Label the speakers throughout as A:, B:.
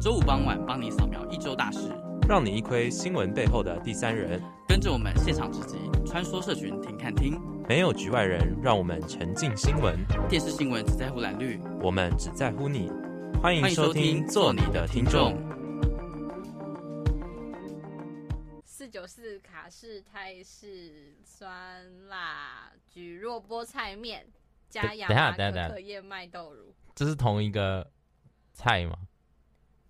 A: 周五傍晚帮你扫描一周大事，
B: 让你一窥新闻背后的第三人，
A: 跟着我们现场直击，穿梭社群，听看听。
B: 没有局外人，让我们沉浸新闻，
A: 电视新闻只在乎蓝绿，
B: 我们只在乎你。欢迎
A: 欢迎
B: 收
A: 收
B: 听
A: 听
B: 《
A: 《
B: 做
A: 做
B: 你
A: 你
B: 的
A: 的
B: 听
A: 听
B: 众
A: 众》。
C: 四九四卡式泰式酸辣焗若菠菜面加
D: 等
C: 亚
D: 等一下
C: 麻
D: 等一
C: 可
D: 下
C: 可燕麦豆乳。
D: 这是同一个菜吗？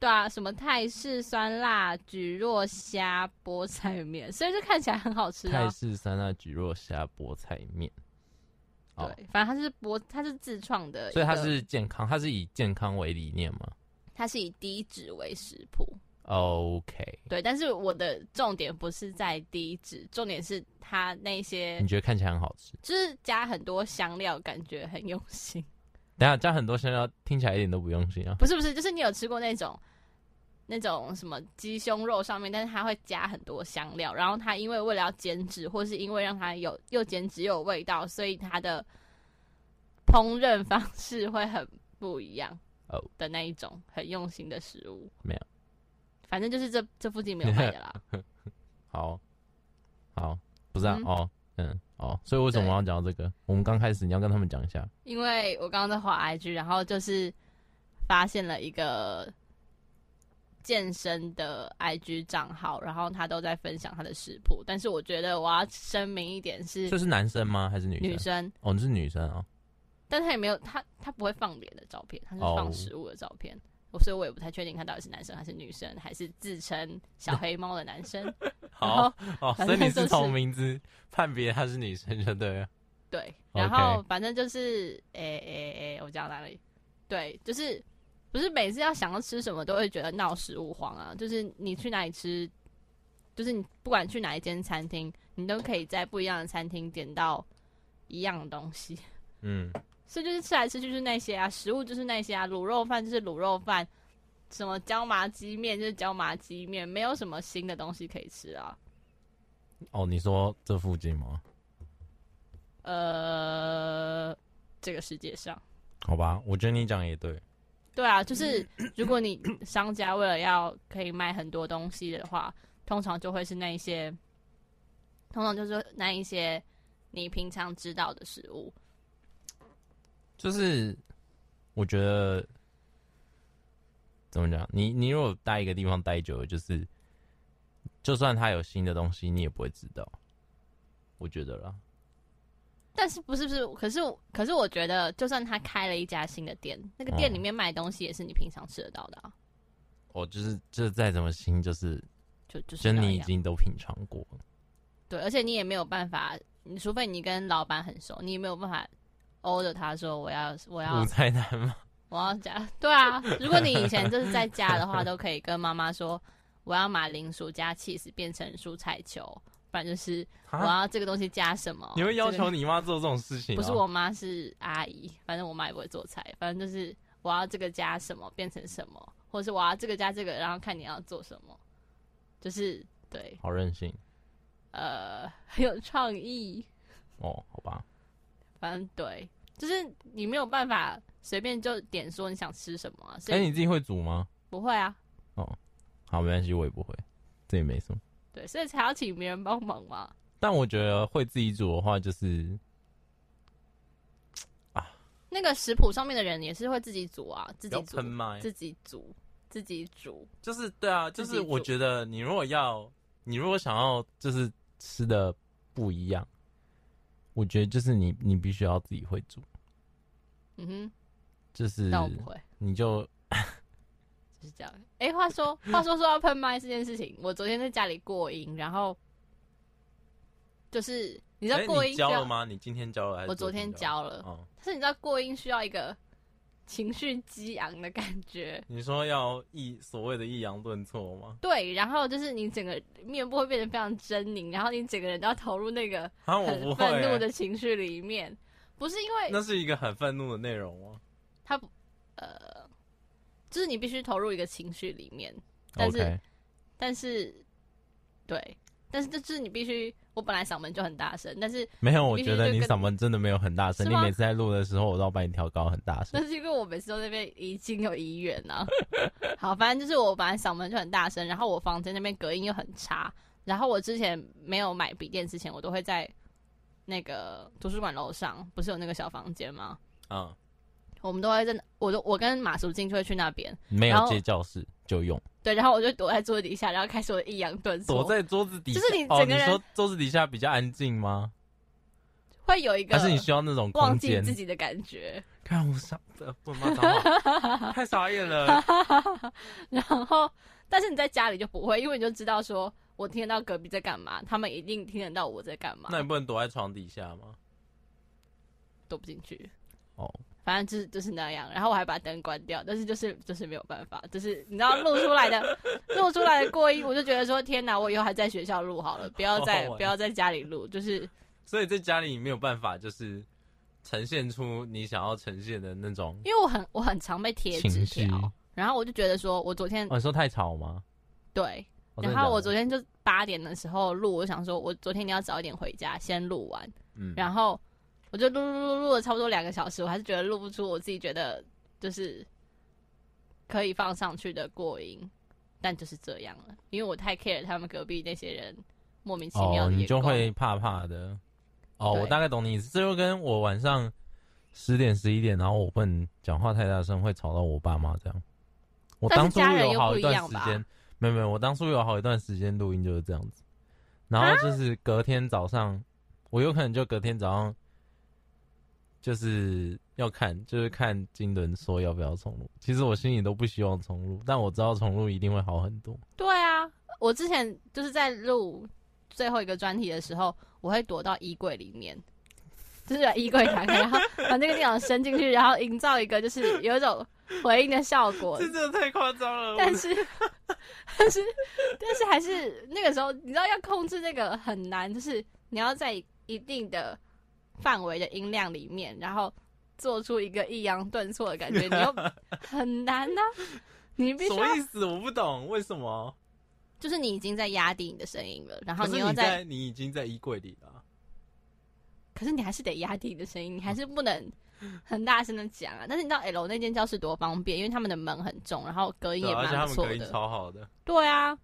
C: 对啊，什么泰式酸辣焗若虾菠菜面，所以就看起来很好吃
D: 泰
C: 啊。
D: 式酸辣焗肉虾菠菜面，哦
C: 对，反正它是菠，它是自创的一个，
D: 所以它是健康，它是以健康为理念吗
C: 它是以低脂为食谱。
D: ？OK，
C: 对，但是我的重点不是在低脂，重点是它那些
D: 你觉得看起来很好吃？
C: 就是加很多香料，感觉很用心。
D: 等一下加很多香料，听起来一点都不用心啊。
C: 不是不是，就是你有吃过那种那种什么鸡胸肉上面，但是它会加很多香料，然后它因为为了要减脂，或是因为让它有又减脂又有味道，所以它的烹饪方式会很不一样
D: 哦
C: 的那一种很用心的食物。
D: 没有，
C: 反正就是这这附近没有卖的 啦。
D: 好，好，不是啊，
C: 嗯
D: 哦，嗯，哦，所以为什么
C: 对
D: 我要讲到这个？我们刚开始你要跟他们讲一下，
C: 因为我刚刚在滑 IG，然后就是发现了一个健身的 IG 账号，然后他都在分享他的食谱。但是我觉得我要声明一点是
D: 这是男生吗？还是女生？
C: 女生，
D: 哦，你是女生啊、
C: 但他也没有他他不会放脸的照片，他是
D: 哦
C: 放食物的照片。我所以我也不太确定他到底是男生还是女生，还是自称小黑猫的男生。然后
D: 好 哦，
C: 反
D: 所以你
C: 正就是是
D: 从名字判别她是女生就对了。
C: 对，
D: OK
C: 然后反正就是，诶诶诶，我讲到哪里？对，就是不是每次要想要吃什么都会觉得闹食物荒啊？就是你去哪里吃，就是你不管去哪一间餐厅，你都可以在不一样的餐厅点到一样的东西。
D: 嗯，
C: 所以就是吃来吃去就是那些啊，食物就是那些啊，卤肉饭就是卤肉饭，什么椒麻鸡面就是椒麻鸡面，没有什么新的东西可以吃啊。
D: 哦，你说这附近吗？
C: 呃，这个世界上。
D: 好吧，我觉得你讲也对。
C: 对啊，就是
D: 嗯
C: 如果你商家为了要可以卖很多东西的话，通常就会是那一些，通常就是那一些你平常知道的食物。
D: 就是我觉得怎么讲，你你如果待一个地方待久了，就是就算他有新的东西，你也不会知道。我觉得啦，
C: 但是不是不是？可是我可是我觉得，就算他开了一家新的店，那个
D: 哦
C: 店里面卖的东西也是你平常吃得到的、啊，
D: 我哦就是就是再怎么新，就是
C: 就就是
D: 珍
C: 那
D: 妮已
C: 样。
D: 经都品尝过了。
C: 对，而且你也没有办法，你除非你跟老板很熟，你也没有办法 order 他说我要我要
D: 午菜单吗？
C: 我要加，对啊，如果你以前就是在家的话，都可以跟妈妈说，我要马铃薯加 cheese 变成蔬菜球，不然就是我
D: 啊，
C: 要这个东西加什么。
D: 你会要求
C: 这
D: 你妈哦做这种事情、
C: 个不是我，妈是阿姨，反正我妈也不会做菜，反正就是我要这个加什么变成什么，或者是我要这个加这个，然后看你要做什么，就是对，
D: 好任性
C: 呃，很有创意，
D: 哦，好吧。
C: 反正对，就是你没有办法随便就点说你想吃什么啊、所
D: 哎、
C: 以
D: 你自己会煮吗？
C: 不会啊。
D: 好，没关系，我也不会，这也没什么。
C: 对，所以才要请别人帮忙嘛。
D: 但我觉得会自己煮的话，就是
C: 那个食谱上面的人也是会自己煮啊，自
D: 不要
C: 己煮
D: 喷，麦，
C: 自己煮，自己煮。
D: 就是对啊，就
C: 自己
D: 是我
C: 煮
D: 觉得你如果要，你如果想要就是吃的不一样，我觉得就是你你必须要自己会煮，
C: 嗯哼，
D: 就是
C: 但我不会，
D: 你就
C: 就是这样。哎、话说，话说说到喷麦这件事情，我昨天在家里过音，然后就是你知道
D: 哎
C: 过音
D: 你
C: 需要
D: 教了吗？你今天教了还是
C: 我昨天
D: 教
C: 教
D: 了？
C: 了，
D: 哦，
C: 但是你知道过音需要一个情绪激昂的感觉。
D: 你说要抑所谓的抑扬顿挫吗？
C: 对，然后就是你整个面部会变得非常狰狞，然后你整个人都要投入那个
D: 啊，我不会、
C: 很愤怒
D: 欸，
C: 的情绪里面，不是因为
D: 那是一个很愤怒的内容吗
C: 他不呃，就是你必须投入一个情绪里面，但是
D: ？OK，
C: 但是对，但是这就是你必须，我本来嗓门就很大声，但是
D: 没有，我
C: 必须
D: 觉得
C: 就
D: 你
C: 跟
D: 嗓门真的没有很大声，
C: 是
D: 你
C: 吗
D: 每次在录的时候，我都要把你调高很大声
C: 那。是因为我每次都在那边已经有遗远啊。好，反正就是我本来嗓门就很大声，然后我房间那边隔音又很差，然后我之前没有买笔电之前，我都会在那个图书馆楼上，不是有那个小房间吗？
D: 嗯，
C: 我们都会在，我都我跟马叔进就会去那边，
D: 没
C: 然
D: 有
C: 后
D: 借教室就用，
C: 对，然后我就躲在桌底下，然后开始我的抑扬顿挫，
D: 躲在桌子底下。
C: 就是你
D: 哦，
C: 整
D: 你
C: 个人
D: 说桌子底下比较安静吗？
C: 会有一个
D: 呃还是你需要那种
C: 忘
D: 空
C: 记
D: 间？
C: 自己的感觉。
D: 看我上，呃我骂脏话，太傻眼了。
C: 然后，但是你在家里就不会，因为你就知道说我听得到隔壁在干嘛，他们一定听得到我在干嘛，
D: 那你不能躲在床底下吗？
C: 躲不进去。
D: 哦，
C: 反正就是就是那样，然后我还把灯关掉，但是就是就是没有办法，就是你知道录出来 的录出来的过音，我就觉得说天哪，我以后还在学校录好了，不要
D: 好
C: 在
D: 好玩
C: 不要在家里录，就是
D: 所以在家里没有办法，就是呈现出你想要呈现的那种。
C: 因为我很我很常被贴纸
D: 情绪
C: 条，然后我就觉得说我昨天、
D: 哦，你说太吵吗？
C: 对，
D: 哦真的
C: 然后我
D: 假
C: 昨
D: 的
C: 天就八点的时候录，我想说我昨天一定要早一点回家，先录完，
D: 嗯，
C: 然后我就录录录录了差不多两个小时，我还是觉得录不出我自己觉得就是可以放上去的过音，但就是这样了，因为我太 care 他们隔壁那些人莫名其
D: 哦，
C: 妙的、
D: 你就会怕怕的。哦，
C: 对
D: 我大概懂你意思，这就跟我晚上十点十一点，然后我不能讲话太大声，会吵到我爸妈这样。我
C: 但是
D: 当初
C: 家人
D: 有
C: 又
D: 好
C: 不一
D: 段
C: 样
D: 时
C: 吧啊
D: 间，没有没有，我当初有好一段时间录音就是这样子，然后就是隔天早上，我有可能就隔天早上就是要看，就是看金轮说要不要重录。其实我心里都不希望重录，但我知道重录一定会好很多。
C: 对啊，我之前就是在录最后一个专题的时候，我会躲到衣柜里面，就是把衣柜打开，然后把那个电脑伸进去，然后营造一个就是有一种回应的效果。
D: 真的太夸张了
C: 但是， 但是，但是还是那个时候，你知道要控制那个很难，就是你要在一定的范围的音量里面，然后做出一个抑扬顿挫的感觉，你又很难呢、你必须
D: 什
C: 要
D: 么意思？我不懂为什么。
C: 就是你已经在压低你的声音了，然后
D: 可
C: 你
D: 是
C: 又
D: 你
C: 在，
D: 在你已经在衣柜里了。啊
C: 可是你还是得压低你的声音，你
D: 嗯
C: 还是不能很大声的讲啊。但是你知道 L 那间教室多方便，因为他们的门很重，然后隔音
D: 对
C: 也
D: 啊，而且他
C: 蛮
D: 们
C: 不错
D: 隔音
C: 的。
D: 超好的。
C: 对啊，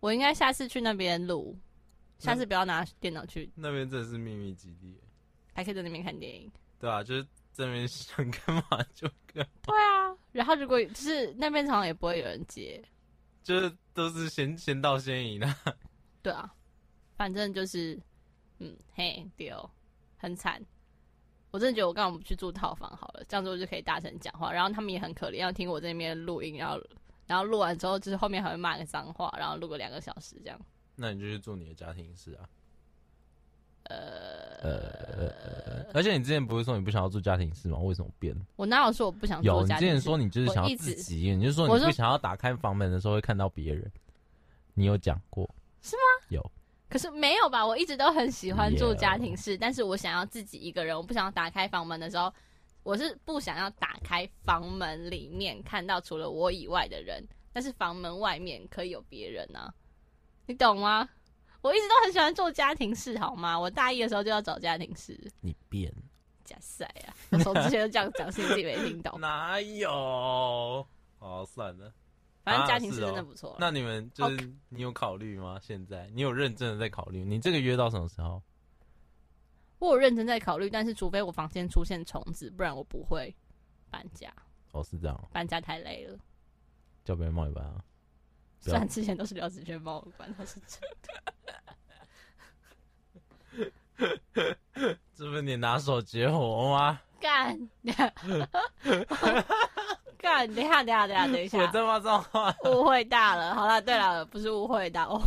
C: 我应该下次去那边录，下
D: 那
C: 次不要拿电脑去，
D: 那边真的是秘密基地，
C: 还可以在那边看电影。
D: 对啊，就是这边想干嘛就干，
C: 对啊，然后如果就是那边常常也不会有人接，
D: 就是都是先先到先赢啊。
C: 对啊，反正就是，嗯，嘿，丢、很惨。我真的觉得我干嘛不去住套房好了，这样子我就可以大声讲话，然后他们也很可怜，要听我这边录音，然后然后录完之后就是后面还会骂个脏话，然后录个两个小时这样。
D: 那你就去住你的家庭式啊。
C: 呃，
D: 而且你之前不是说你不想要住家庭式吗？为什么变？
C: 我哪有说我不想
D: 有，
C: 住
D: 你
C: 家
D: 之
C: 庭式？
D: 前说你就是想要自己一个人，你就说
C: 我
D: 你
C: 说
D: 不想要打开房门的时候会看到别人，你有讲过
C: 是
D: 吗？有，
C: 可是没有吧？我一直都很喜欢住
D: Yeah
C: 家庭式但是我想要自己一个人，我不想要打开房门的时候，我是不想要打开房门里面看到除了我以外的人，但是房门外面可以有别人啊，你懂吗？我一直都很喜欢做家庭式，好吗？我大一的时候就要找家庭式，
D: 你变
C: 假赛啊！ 我从之前就这样讲，是你自己没听 懂。
D: 哪有？哦，算了。
C: 反正
D: 啊
C: 家庭
D: 是
C: 式
D: 哦
C: 真的不错、
D: 那你们就是你有考虑吗？现在你有认真的在考虑？你这个约到什么时候？
C: 我有认真在考虑，但是除非我房间出现虫子，不然我不会搬家。
D: 哦，是这样哦，
C: 搬家太累了。
D: 叫别人帮你搬啊。不
C: 虽
D: 要
C: 然之前都是聊子轩帮我关，他是真的。
D: 这不是你拿手绝活吗？
C: 干， 干，等一下，等一下，等一下，等 一
D: 我
C: 下，
D: 这么啊脏话，
C: 误会大了。好了，对了，不是误会大哦，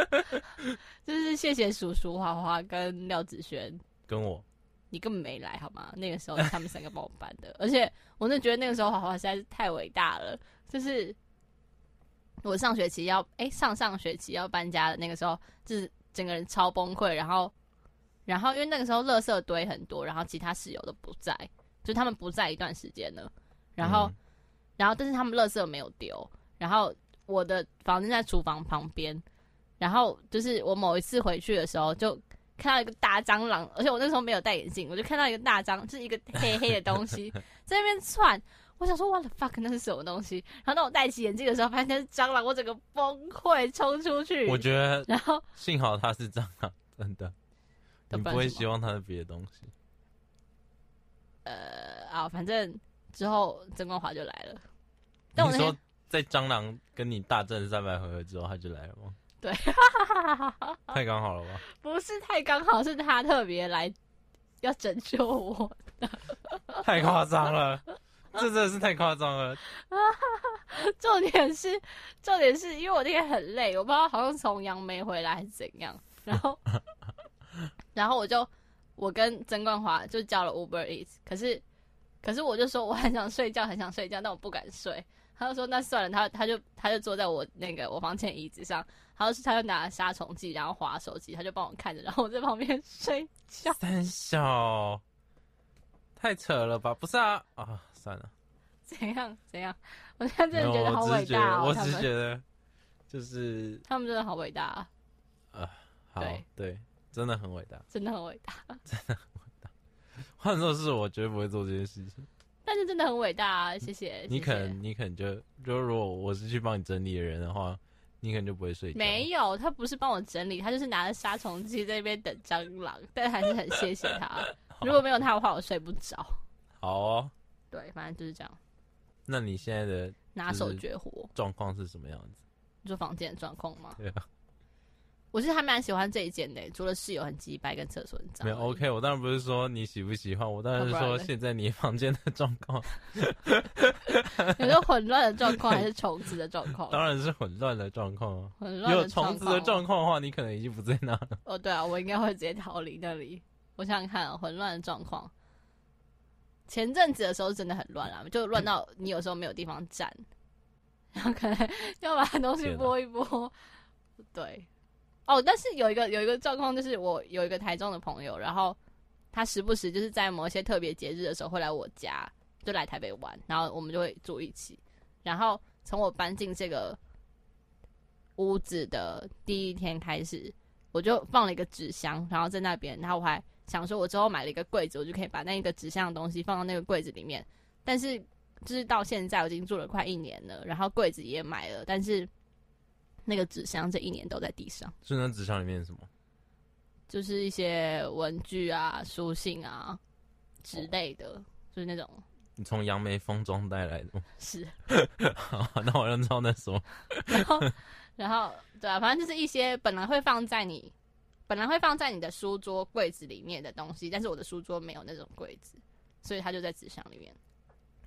C: 就是谢谢叔叔、花花跟廖子轩，
D: 跟我
C: 你根本没来好吗？那个时候是他们三个帮我搬的，而且我真的觉得那个时候华华实在是太伟大了。就是我上学期要哎、上上学期要搬家的那个时候，就是整个人超崩溃。然后，然后因为那个时候垃圾堆很多，然后其他室友都不在，就他们不在一段时间了。然后，
D: 嗯
C: 然后但是他们垃圾没有丢，然后我的房间在厨房旁边，然后就是我某一次回去的时候，就看到一个大蟑螂，而且我那时候没有戴眼镜，我就看到一个大蟑，就是一个黑黑的 东西在那边窜。我想说，what the fuck，那是什么东西？然后当我戴起眼镜的时候，发现那是蟑螂，我整个崩溃，冲出去。
D: 嗯我觉得
C: 然后
D: 幸好它是蟑螂，真的，
C: 要
D: 你
C: 不然
D: 不会
C: 什么
D: 希望它是别的东西。
C: 呃啊，反正之后曾光华就来了。但我
D: 你
C: 那
D: 说
C: 天
D: 在蟑螂跟你大战三百回合之后，它就来了吗？
C: 对，
D: 太刚好了吧？
C: 不是太刚好，是他特别来要拯救我。
D: 太夸张 了，这真的是太夸张了。
C: 重点是，重点是因为我那天很累，我不知道好像从杨梅回来还是怎样，然后， 然后我就我跟曾冠华就叫了 Uber Eats，可是可是我就说我很想睡觉，很想睡觉，但我不敢睡。他就说那算了，他他就他就坐在我那个我房间椅子上，然后是他就拿了杀虫剂，然后划手机，他就帮我看着，然后我在旁边睡觉。
D: 三小，太扯了吧？不是啊啊，算了，
C: 怎样怎样？我现在
D: 没
C: 真
D: 有，
C: 的觉得好
D: 我只
C: 伟
D: 是觉
C: 大
D: 得，
C: 哦，
D: 我
C: 他
D: 只是
C: 们
D: 觉得就是
C: 他们真的好伟大、啊，
D: 好
C: 对
D: 对，真的很伟大。
C: 真的很伟大，
D: 换做是我，绝对不会做这些事情。
C: 但是真的很伟大、啊，谢谢。
D: 你
C: 谢谢
D: 可能，你可能就就如果我是去帮你整理的人的话，你可能就不会睡觉。
C: 没有，他不是帮我整理，他就是拿着杀虫剂在那边等蟑螂，但还是很谢谢 他。如果没有他的话，我睡不着。
D: 好哦，
C: 对，反正就是这样，
D: 那你现在的
C: 拿手绝活。
D: 状况是什么样子？
C: 你说房间的状况吗？
D: 对啊，
C: 我是还蛮喜欢这一间的，除了室友很鸡掰跟厕所很脏。
D: 没有 OK，我当然不是说你喜不喜欢，我当然是
C: 要不
D: 说
C: 然嘞
D: 现在你房间的状况
C: 有时候混乱的状况还是虫子的状况？
D: 当然是混乱的状况啊。
C: 混乱
D: 有
C: 的
D: 虫子的状况的话，你可能已经不在那 了。
C: 哦，对啊，我应该会直接逃离那里。我想想看、啊，混乱的状况。前阵子的时候真的很乱啊，就乱到你有时候没有地方站，然后可能 要把东西
D: 天哪
C: 拨一拨。对，哦，但是有一个有一个状况就是，我有一个台中的朋友，然后他时不时就是在某一些特别节日的时候会来我家，就来台北玩，然后我们就会住一起。然后从我搬进这个屋子的第一天开始，我就放了一个纸箱，然后在那边，然后我还想说，我之后买了一个柜子，我就可以把那一个纸箱的东西放到那个柜子里面。但是就是到现在，我已经住了快一年了，然后柜子也买了，但是那个纸箱这一年都在地上，
D: 智能纸箱里面是什么？
C: 就是一些文具啊、书信啊之类的，就是那种
D: 你从杨梅风中带来的吗？
C: 是
D: 好，那我就知道那是什么。
C: 然后，然后，对啊，反正就是一些本来会放在你，本来会放在你的书桌柜子里面的东西，但是我的书桌没有那种柜子，所以它就在纸箱里面。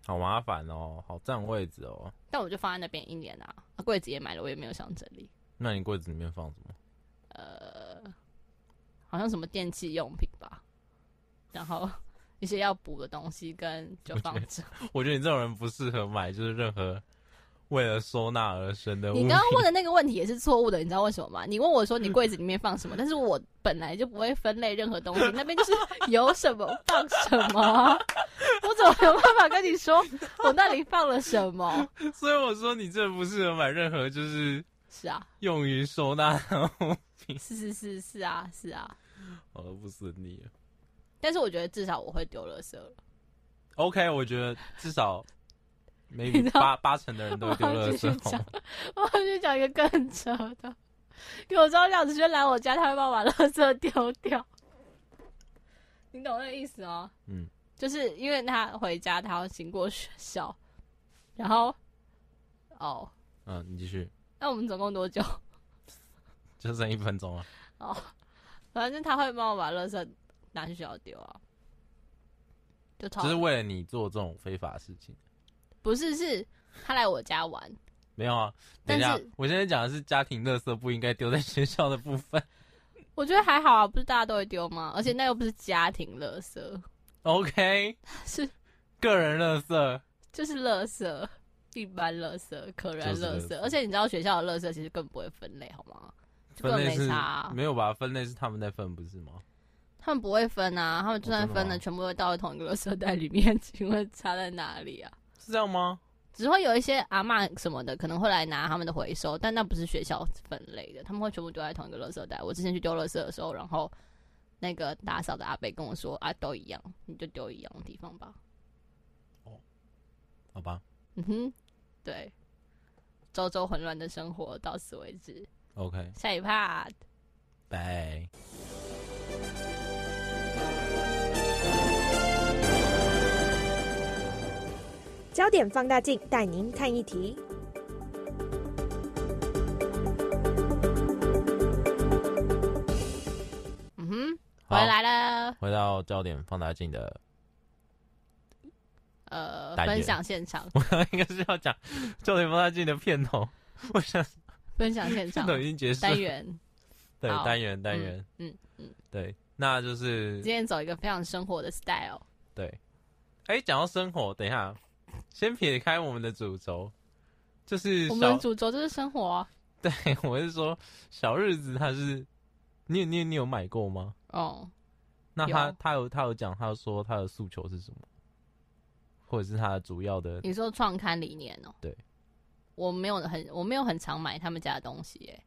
D: 好麻烦哦，好占位置哦。
C: 但我就放在那边一年啊，啊柜子也买了，我也没有想整理。
D: 那你柜子里面放什么？
C: 呃，好像什么电器用品吧，然后 一些要补的东西跟就放着。
D: 我觉得你这种人不适合买，就是任何为了收纳而生的物
C: 你
D: 品。
C: 刚刚问的那个问题也是错误的，你知道为什么吗？你问我说你柜子里面放什么，但是我本来就不会分类任何东西，那边就是 有什么放什么，我怎么有办法跟你说我那里放了什么？
D: 所以我说你这不适合买任何就是
C: 是啊，
D: 用于收纳的物。
C: 是是是是啊是啊，
D: 好了，不损你了。
C: 但是我觉得至少我会丢垃圾了，
D: OK，我觉得至少
C: 你
D: maybe
C: 知道
D: 八八成的人都会丢
C: 我要
D: 垃
C: 继续
D: 圾桶。
C: 我要去讲一个更扯的，因为我知道廖子轩来我家，他会帮我把垃圾丢掉。你懂那个意思吗？
D: 嗯，
C: 就是因为他回家，他要经过学校，然后，哦，
D: 嗯，你继续，
C: 那我们总共多久？
D: 就剩一分钟了。
C: 哦，反正他会帮我把垃圾拿去学校丢啊，就超
D: 就是为了你做这种非法的事情，
C: 不是是他来我家玩，
D: 没有啊？等
C: 但
D: 一
C: 是
D: 下，我现在讲的是家庭垃圾不应该丢在学校的部分。
C: 我觉得还好啊，不是大家都会丢吗？而且那又不是家庭垃圾，
D: OK，
C: 是
D: 个人垃圾。
C: 就是垃圾，一般垃圾、可燃
D: 就是
C: 垃
D: 垃圾
C: 圾，而且你知道学校的垃圾其实更不会分类，好吗？就
D: 分
C: 根本
D: 类
C: 没
D: 是
C: 差啊、
D: 没有吧？分类是他们在分，不是吗？
C: 他们不会分啊，他们就
D: 哦真
C: 算
D: 的
C: 分
D: 吗
C: 了，全部都倒在同一个垃圾袋里面，请问差在哪里啊？
D: 是这样吗？
C: 只会有一些阿嬷什么的可能会来拿他们的回收，但那不是学校分类的，他们会全部丢在同一个垃圾袋。我之前去丢垃圾的时候，然后那个打扫的阿伯跟我说：“啊，都一样，你就丢一样的地方吧。
D: 好吧”
C: 嗯哼，对，周周混乱的生活到此为止，
D: ，OK，
C: 下一趴
D: 拜。
E: 焦点放大镜带您看一题。
C: 嗯哼，
D: 好
C: 回，来了，
D: 回到焦点放大镜的，
C: 呃，
D: 大爷，
C: 分享现场
D: 我刚刚应该是要讲焦点放大镜的片头， 我想
C: 分享现场
D: 片头已经结束了
C: 单，元，
D: 对
C: 好
D: 单元单元，
C: 嗯
D: 对，那就是
C: 今天走一个非常生活的 style，哦
D: 对，哎、讲到生活，等一下，先撇开我们的主轴，就是
C: 我
D: 小
C: 们主轴就是生活啊
D: 对， 我是说小日子，它是你你你有买过吗？
C: 哦。
D: 那他
C: 有
D: 他有他有讲，他有说他的诉求是什么，或者是他的主要的
C: 你说创刊理念哦、
D: 对，
C: 我没有很我没有很常买他们家的东西耶、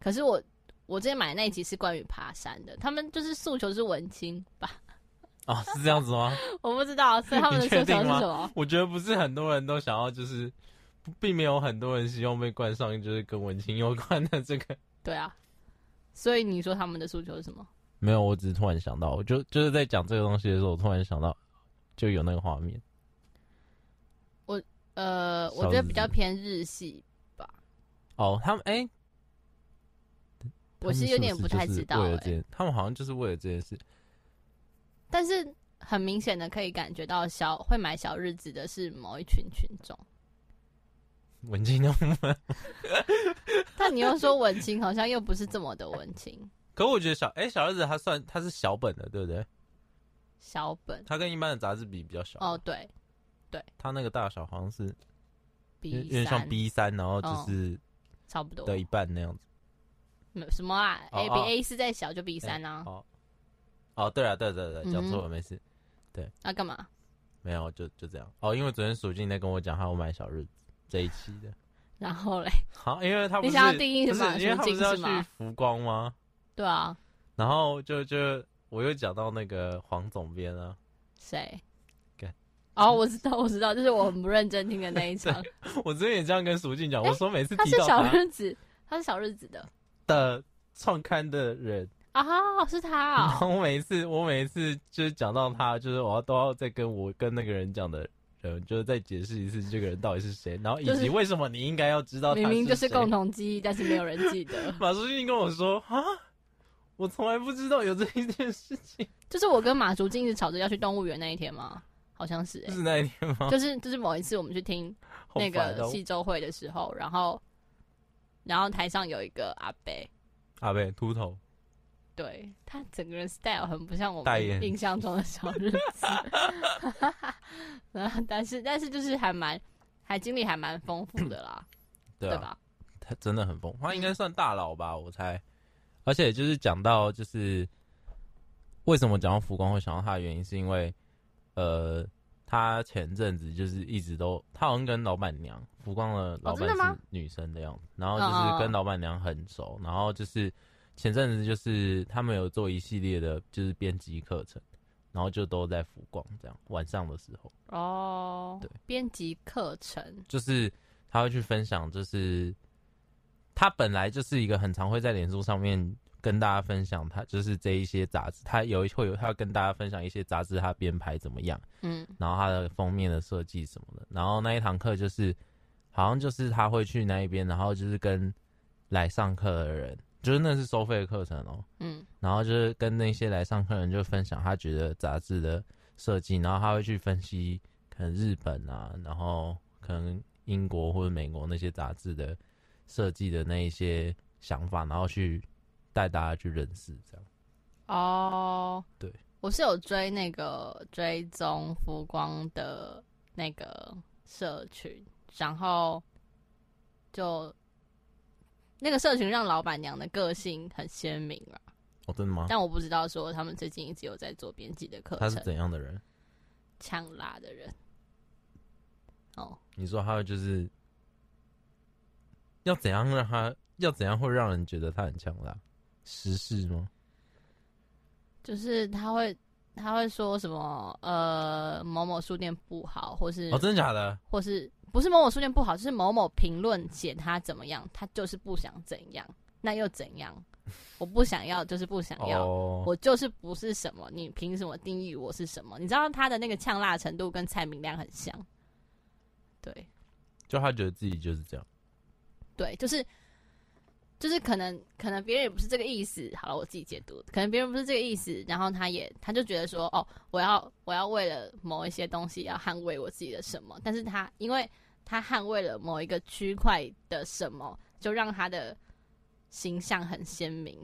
C: 可是我我之前买的那一集是关于爬山的，他们就是诉求是文青吧，
D: 哦，是这样子吗？
C: 我不知道，啊所以他们的
D: 你
C: 诉
D: 确
C: 求
D: 定
C: 是
D: 吗
C: 什么？
D: 我觉得不是很多人都想要，就是并没有很多人希望被冠上就是跟文青有关的这个。
C: 对啊，所以你说他们的诉求是什么？
D: 没有，我只是突然想到，我就就是在讲这个东西的时候，我突然想到就有那个画面。
C: 呃，我
D: 小
C: 觉得
D: 日
C: 比较
D: 子
C: 偏日系，
D: 哦，他们哎、
C: 我是有点不太知道、
D: 为了
C: 欸，
D: 这件，他们好像就是为了这件事。
C: 但是很明显的可以感觉到小会买小日子的是某一群群众，
D: 文青他们，
C: 但你又说文青，好像又不是这么的文青，
D: 可我觉得小哎、小日子它算它是小本的，对不对？
C: 小本
D: 它跟一般的杂志比比较小。
C: 哦，，对，
D: 它那个大小好像是有有
C: B
D: 点像
C: 三
D: B 三，然后
C: 哦
D: 就是
C: 差不多
D: 的一半那样子。
C: 没什么啊
D: 哦
C: ，A
D: 哦
C: B A 是在小就 B 三啊，
D: 哦，哦，对了，对对对，讲错
C: 嗯
D: 了，没事，
C: 那干嘛？
D: 没有，就就这样。哦，因为昨天鼠进在跟我讲，他要买小日子这一期的。
C: 然后嘞，
D: 好，因为他不
C: 你
D: 是
C: 想要定义
D: 不
C: 什么
D: 是，因为他不
C: 鼠进
D: 是要
C: 是吗
D: 去浮光吗？
C: 对啊，
D: 然后就就我又讲到那个黄总编啊，
C: 谁
D: 干？
C: 哦，我知道，我知道，就是我很不认真听的那 一场。
D: 我之前也这样跟鼠进讲，我说每次
C: 他
D: 提
C: 是
D: 到
C: 小
D: 他
C: 日子，他是小日子的
D: 的创刊的人，
C: 啊，是他
D: 然
C: 啊、
D: 后我每一次我每一次就是讲到他，就是我要都要再跟我跟那个人讲的。人，就是再解释一次这个人到底是谁，然后以
C: 就
D: 及
C: 是
D: 为什么你应该要知道他
C: 明明就是
D: 谁。
C: 共同记忆，但是没有人记得
D: 马书记跟我说啊，我从来不知道有这一件事情，
C: 就是我跟马竹静一直吵着要去动物园那一天吗？好像是、
D: 就是
C: 欸，
D: 那一天吗？
C: 就是就是某一次我们去听
D: 好
C: 那
D: 烦
C: 个
D: 哦
C: 戏周会的时候，然后然后台上有一个阿伯，
D: 阿贝秃头，
C: 对他整个人 style 很不像我
D: 代言
C: 们印象中的小日 子，然后但是但是就是还蛮还经历还蛮丰富的啦，
D: 对啊，
C: 吧？
D: 他真的很疯，他应
C: 嗯
D: 该算大佬吧，我猜。而且就是讲到就是为什么讲到浮光会想到他的原因，是因为呃，他前阵子就是一直都他好像跟老板娘浮光的老板
C: 哦真的吗哦
D: 是女生的样子，然后就是跟老板娘很熟，然后就是前阵子就是他们有做一系列的就是编辑课程，然后就都在浮光这样晚上的时候。
C: 哦，
D: 对，
C: 编辑课程，
D: 就是他会去分享，就是他本来就是一个很常会在脸书上面跟大家分享他就是这一些杂志，他有一会有他要跟大家分享一些杂志他编排怎么样，
C: 嗯，
D: 然后他的封面的设计什么的。然后那一堂课就是好像就是他会去那一边，然后就是跟来上课的人，就是那是收费的课程哦、
C: 嗯，
D: 然后就是跟那些来上课的人就分享他觉得杂志的设计，然后他会去分析可能日本啊，然后可能英国或者美国那些杂志的设计的那一些想法，然后去带大家去认识这样。
C: 哦，
D: 对，
C: 我是有追那个追踪浮光的那个社群，然后就那个社群让老板娘的个性很鲜明啊。
D: 哦，真的吗？
C: 但我不知道说他们最近一直有在做编辑的课
D: 他是
C: 程，
D: 怎样的人？
C: 呛辣的人。哦，
D: 你说他就是要怎样让他要怎样会让人觉得他很强大？时事吗？
C: 就是他会他会说什么呃某某书店不好，或是、
D: 哦，真的假的？
C: 或是不是某某书店不好，就是某某评论写他怎么样，他就是不想怎样，那又怎样？我不想要，就是不想要。
D: 哦，
C: 我就是不是什么，你凭什么定义我是什么？你知道他的那个呛辣程度跟蔡明亮很像，对
D: 就他觉得自己就是这样。
C: 对，就是就是可能可能别人也不是这个意思。好了，我自己解读，可能别人不是这个意思，然后他也他就觉得说，哦，我要我要为了某一些东西要捍卫我自己的什么，但是他因为他捍卫了某一个区块的什么，就让他的形象很鲜明，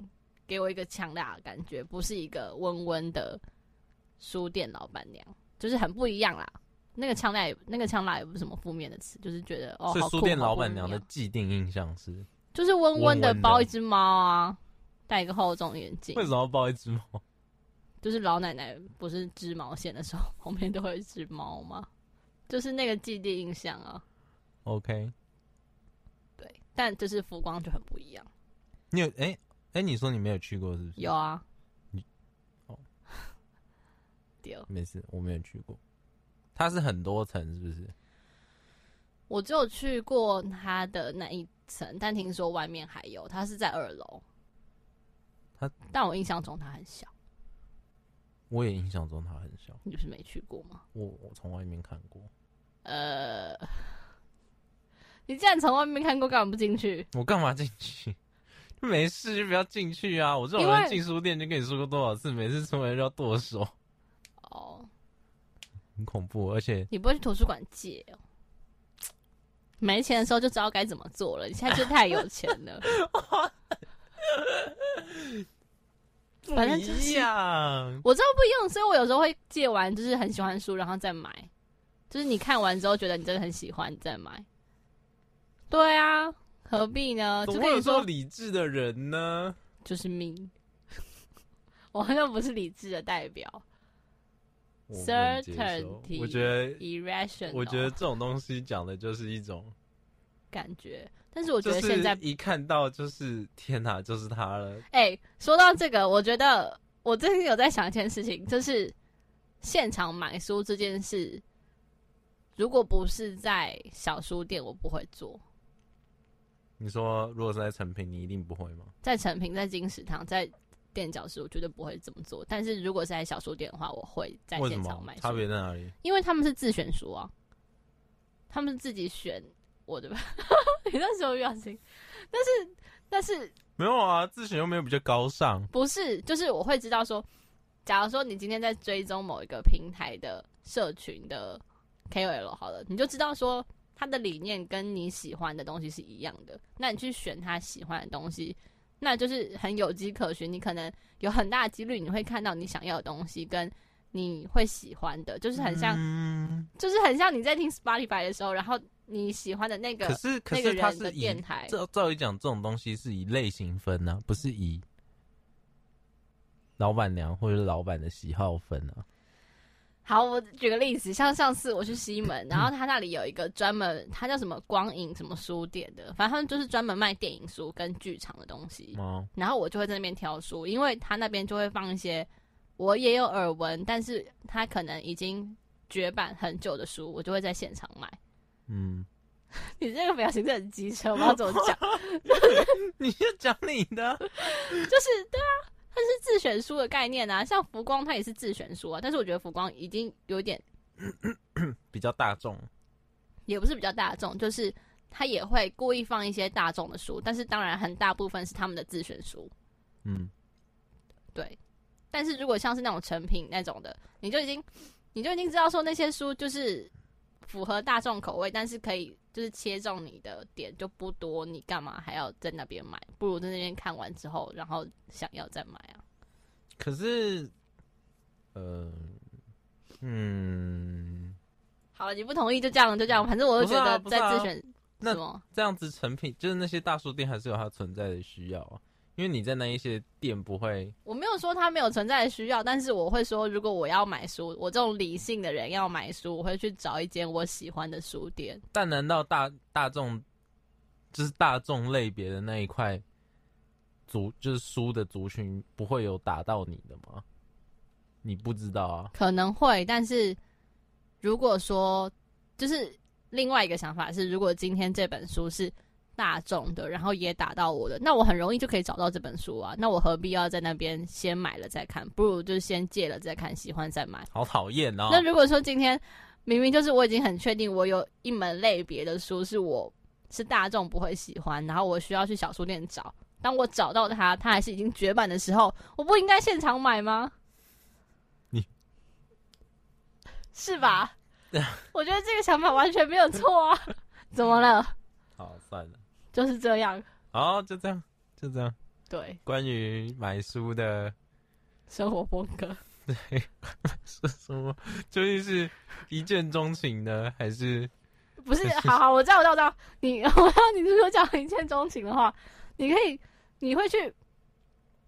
C: 给我一个强大的感觉，不是一个温温的书店老板娘，就是很不一样啦。那个呛辣也，那个呛辣也不是什么负面的词，就是觉得哦，
D: 所
C: 好
D: 以
C: 酷
D: 书店
C: 好
D: 老
C: 不
D: 板
C: 一
D: 娘的
C: 样
D: 既定印象是，
C: 就是温温的
D: 温温的
C: 包一只猫啊，戴一个厚重眼镜
D: 为。什么要抱一只猫？
C: 就是老奶奶不是织毛线的时候， 旁边都会有一只猫吗？就是那个既定印象啊。
D: OK，
C: 对，但就是浮光就很不一样。
D: 你有哎哎、你说你没有去过是不是？
C: 有啊
D: 你，哦，
C: 丢，
D: 没事，我没有去过。它是很多层是不是？
C: 我只有去过他的那一层，但听说外面还有，他是在二楼。
D: 它，
C: 但我印象中它很小，
D: 我也印象中它很小，
C: 你不是没去过吗？
D: 我我从外面看过，
C: 呃，你既然从外面看过，干嘛不进去？
D: 我干嘛进去？ 就没事就不要进去啊！我这种
C: 因为
D: 人进书店就跟你说过多少次，每次出门就要剁手，
C: 哦，
D: 很恐怖。而且
C: 你不会去图书馆借哦？没钱的时候就知道该怎么做了，你现在就太有钱了。反正就
D: 不一
C: 是
D: 样，
C: 我知道不用，所以我有时候会借完，就是很喜欢书，然后再买。就是你看完之后觉得你真的很喜欢，你再买。对啊，何必呢？
D: 怎
C: 就
D: 么会有
C: 跟你
D: 这么
C: 说，
D: 理智的人呢？
C: 就是命。 我那不是理智的代表
D: 我不能接受
C: ，certainty，
D: 我觉得，
C: irrational，
D: 我觉得这种东西讲的就是一种，
C: 感觉。但是我觉
D: 就
C: 得现
D: 是
C: 在
D: 一看到就是天哪，就是他了。
C: 哎、说到这个，我觉得我最近有在想一件事情，就是现场买书这件事，如果不是在小书店，我不会做。
D: 你说如果是在成品，你一定不会吗？
C: 在成品、在金石堂、在垫脚石，我绝对不会这么做。但是如果是在小书店的话，我会在
D: 为什
C: 现场
D: 么
C: 买？书
D: 差，别在哪里？
C: 因为他们是自选书啊，他们是自己选我的吧？ 你那时候表情，但是但是
D: 没有啊，自选又没有比较高尚。
C: 不是，就是我会知道说，假如说你今天在追踪某一个平台的社群的 KOL 好了，你就知道说他的理念跟你喜欢的东西是一样的，那你去选他喜欢的东西，那就是很有迹可循。你可能有很大的几率你会看到你想要的东西，跟你会喜欢的， 就是很像，
D: 嗯，
C: 就是很像你在听 Spotify 的时候，然后你喜欢的那个
D: 可是可
C: 那个
D: 是他
C: 人
D: 是
C: 的
D: 以
C: 电台，
D: 照照理讲，这种东西是以类型分啊，不是以老板娘或者是老板的喜好分啊。
C: 好，我举个例子，像上次我去西门，然后他那里有一个专门，他叫什么光影什么书店的，反正他们就是专门卖电影书跟剧场的东西。
D: 哦，
C: 然后我就会在那边挑书，因为他那边就会放一些我也有耳闻，但是他可能已经绝版很久的书，我就会在现场买。
D: 嗯，
C: 你这个表情真的很机车，我不知道怎么讲，
D: 你就讲你的。
C: 就是对啊，它是自选书的概念啊，像浮光它也是自选书啊，但是我觉得浮光已经有点
D: 比较大众，
C: 也不是比较大众，就是他也会故意放一些大众的书，但是当然很大部分是他们的自选书，
D: 嗯，
C: 对。但是如果像是那种成品那种的，你就已经你就已经知道说那些书就是符合大众口味，但是可以就是切中你的点就不多，你干嘛还要在那边买？不如在那边看完之后，然后想要再买啊。
D: 可是，呃，嗯，
C: 好了，你不同意就这样，就这样，反正我就觉得
D: 不是
C: 在
D: 啊不是啊
C: 自选、
D: 那
C: 什么
D: 这样子成品就是那些大书店还是有它存在的需要啊，因因为你在那一些店不会，
C: 我没有说它没有存在的需要，但是我会说，如果我要买书，我这种理性的人要买书，我会去找一间我喜欢的书店。
D: 但难道大大众就是大众类别的那一块族，就是书的族群不会有打到你的吗？你不知道啊，
C: 可能会，但是如果说，就是另外一个想法是，如果今天这本书是大众的，然后也打到我的，那我很容易就可以找到这本书啊。那我何必要在那边先买了再看？不如就是先借了再看，喜欢再买。
D: 好讨厌哦。
C: 那如果说今天明明就是我已经很确定，我有一门类别的书是我是大众不会喜欢，然后我需要去小书店找。当我找到它，它还是已经绝版的时候，我不应该现场买吗？
D: 你
C: 是吧？我觉得这个想法完全没有错啊！怎么了？
D: 好，算了，
C: 就是这样，
D: 好，就这样，就这样。
C: 对
D: 关于买书的
C: 生活风格。
D: 是什么？究竟是一见钟情呢，还是
C: 不 是，好好，我知道，我知道，我知道。你，我 知道你是说讲一见钟情的话，你可以，你会去，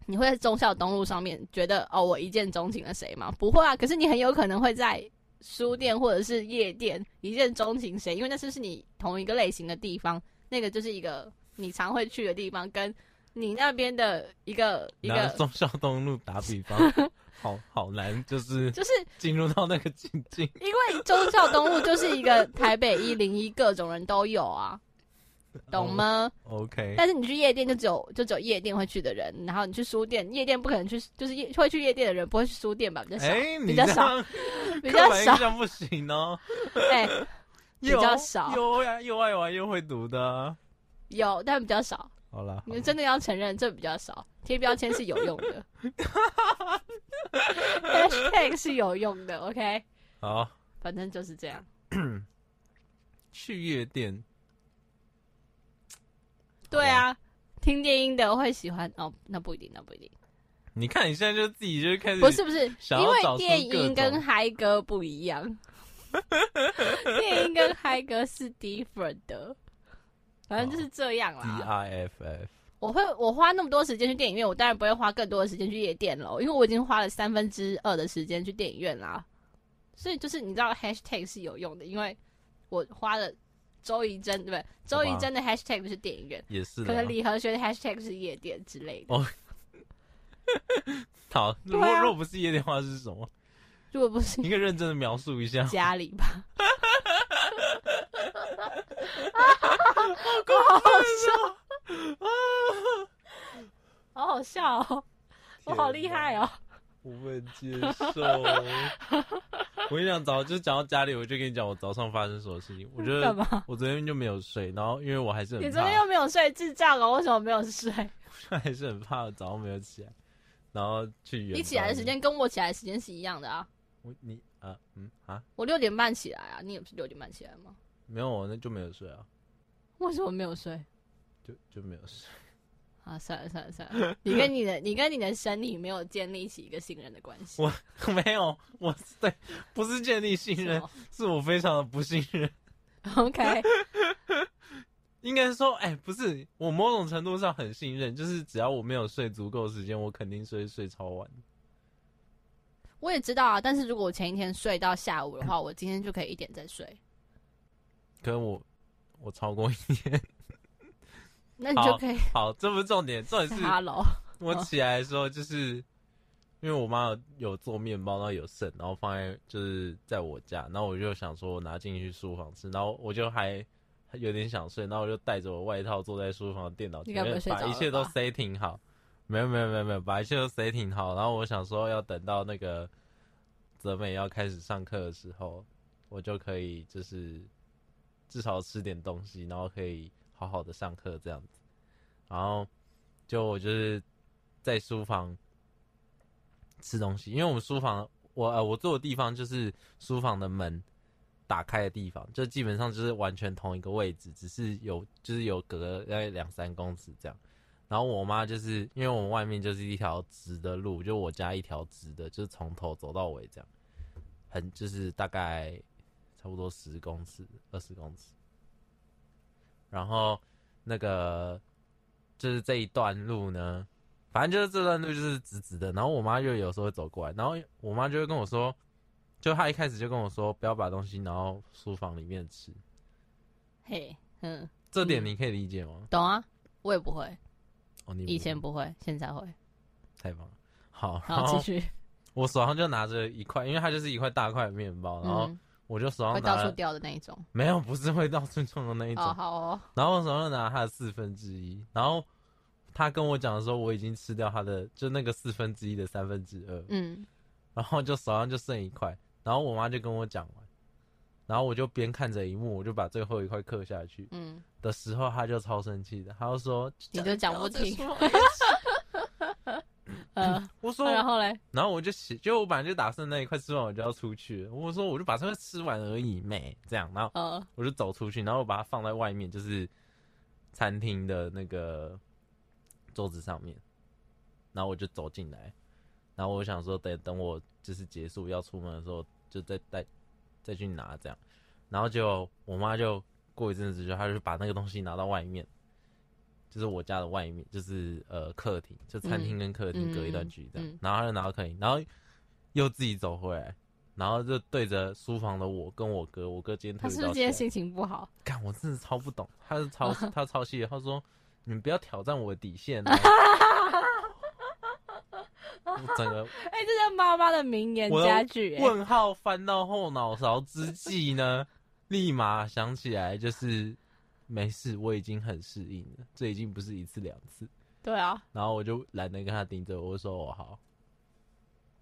C: 你会在忠孝东路上面觉得哦，我一见钟情了谁吗？不会啊，可是你很有可能会在书店或者是夜店一见钟情谁，因为那就是你同一个类型的地方，那个就是一个你常会去的地方，跟你那边的一个一
D: 拿
C: 个，
D: 忠孝东路打比 方，好好难，就是
C: 就是
D: 进入到那个境界。
C: 因为忠孝东路就是一个台北一零一，各种人都有啊，懂吗？
D: OK，
C: 但是你去夜店就只有就只有夜店会去的人，然后你去书店，夜店不可能去，就是夜会去夜店的人不会去书店吧，比较 少，
D: 哎，
C: 比
D: 你
C: 较
D: 这
C: 少，
D: 样
C: 比
D: 刻
C: 较
D: 板
C: 少 哎
D: 印，象不行哦，
C: 对，比
D: 又
C: 较少
D: 又爱又爱玩又会读的啊。
C: 有，但比较少。
D: 好了，
C: 你们真的要承认这比较少，贴标签是有用 的，hashtag 是有用的，OK，
D: 好
C: 反正就是这样。
D: 去夜店，
C: 对啊，听电音的会喜欢哦，那不一定，那不一定，
D: 你看你现在就自己就开始
C: 不是不是，
D: 想
C: 因
D: 要
C: 为
D: 找出
C: 电音
D: 各
C: 跟
D: 种
C: 嗨歌不一 样，电音跟嗨歌是 different 的，反正就是这样
D: D
C: 啦。
D: I F F，
C: 我会我花那么多时间去电影院，我当然不会花更多的时间去夜店喽，因为我已经花了三分之二的时间去电影院啦。所以就是你知道 hashtag 是有用的，因为我花了周怡珍对不对？周怡珍的 hashtag 就是电影院，
D: 也是
C: 可
D: 的
C: 能
D: 啊。
C: 李和学的 hashtag 是夜店之类的。
D: 哦好，如
C: 对
D: 果
C: 啊
D: 如果不是夜店话是什么？
C: 如果不是
D: 你可以认真的描述一 下。
C: 家里吧。 好好笑，好好笑哦！我好厉害哦！
D: 我不能接受。 我跟你讲，早就讲到家里，我就跟你讲我早上发生什么事情。我觉得
C: 干嘛？
D: 我昨天就没有睡，然后因为我还是
C: 你
D: 很
C: 昨
D: 怕
C: 天，又没有睡，智障哦！为什么没有睡？
D: 还是很怕早上没有起来，然后去远。
C: 你起来的时间，跟我起来的时间是一样的啊！
D: 我你啊嗯啊
C: 我六点半起来啊，你也不是六点半起来吗？
D: 没有，我那就没有睡啊，
C: 为什么没有睡？
D: 就就没有睡。
C: 啊，算了算了 算了，你跟你的你跟你的身体没有建立起一个信任的关系。
D: 我 没有，我是对不是建立信任
C: 什，
D: 是我非常的不信任。
C: 么 OK，
D: 应该说，哎、不是，我某种程度上很信任，就是只要我没有睡足够的时间，我肯定睡睡超晚。
C: 我也知道啊，但是如果我前一天睡到下午 的话，我今天就可以一点再睡。
D: 可能我我超过一点。
C: 那你就可以
D: 好，这不是重点，重点是
C: Hello，
D: 我起来的时候，就是因为我妈有有做面包，然后有剩，然后放在就是在我家，然后我就想说我拿进去书房吃，然后我就还有点想睡，然后我就带着我外套坐在书房的电脑前
C: 你该不
D: 面
C: 会，睡着
D: 把
C: 了吧
D: 一切都 setting 好。没有没有没有没有，把一切都 setting 好，然后我想说要等到那个泽美要开始上课的时候，我就可以就是至少吃点东西，然后可以好好的上课这样子。然后就我就是在书房吃东西，因为我们书房我呃我住的地方就是书房的门打开的地方，就基本上就是完全同一个位置，只是有就是有隔大概两三公尺这样。然后我妈就是因为我们外面就是一条直的路，就我家一条直的，就是从头走到尾这样，很就是大概差不多十公尺、二十公尺。然后那个就是这一段路呢，反正就是这段路就是直直的，然后我妈就有时候会走过来，然后我妈就会跟我说，就她一开始就跟我说不要把东西拿到书房里面吃，
C: 嘿，嗯，
D: 这点你可以理解吗？
C: 懂啊，我也不会，
D: 哦，你
C: 以前
D: 不
C: 不会，现在会。
D: 太棒了。好，然
C: 好，
D: 后
C: 继续。
D: 我手上就拿着一块，因为它就是一块大块的面包，然后
C: 嗯，
D: 我就手上
C: 会
D: 拿
C: 到
D: 了
C: 处掉的那一种。
D: 没有，不是会到处撞的那一种，
C: 哦，好哦，
D: 然后我手上拿他的四分之一，然后他跟我讲的时候，我已经吃掉他的就那个四分之一的三分之二，
C: 嗯，
D: 然后就手上就剩一块，然后我妈就跟我讲完，然后我就边看着一幕，我就把最后一块刻下去
C: 嗯，
D: 的时候，他就超生气的，他就说
C: 你就讲不听，呃，
D: 我 说，
C: 那然后嘞，
D: 然后我就写，就我本来就打算那一块吃完我就要出去了，我说我就把这块吃完而已，妹这样，然后
C: 呃，
D: 我就走出去，然后我把它放在外面，就是餐厅的那个桌子上面，然后我就走进来，然后我想说等等我就是结束要出门的时候，就再带再去拿这样，然后就我妈就过一阵子就她就把那个东西拿到外面，就是我家的外面，就是呃客厅，就餐厅跟客厅隔一段距离这样，
C: 嗯嗯嗯
D: 然后她就拿到客厅，然后又自己走回来。然后就对着书房的我跟我哥，我哥今天特
C: 他
D: 别
C: 是不是
D: 早
C: 今天
D: 起来
C: 心情 不好？
D: 干，我真的超不懂，他是 超他超细的，他说你们不要挑战我的底线、啊。我整 个
C: 哎，这是妈妈的名言
D: 我的
C: 佳句，哎，
D: 问号翻到后脑勺之际呢，立马想起来就是没事，我已经很适应了，这已经不是一次两次。
C: 对啊，
D: 然后我就懒得跟他顶嘴，我就说我好。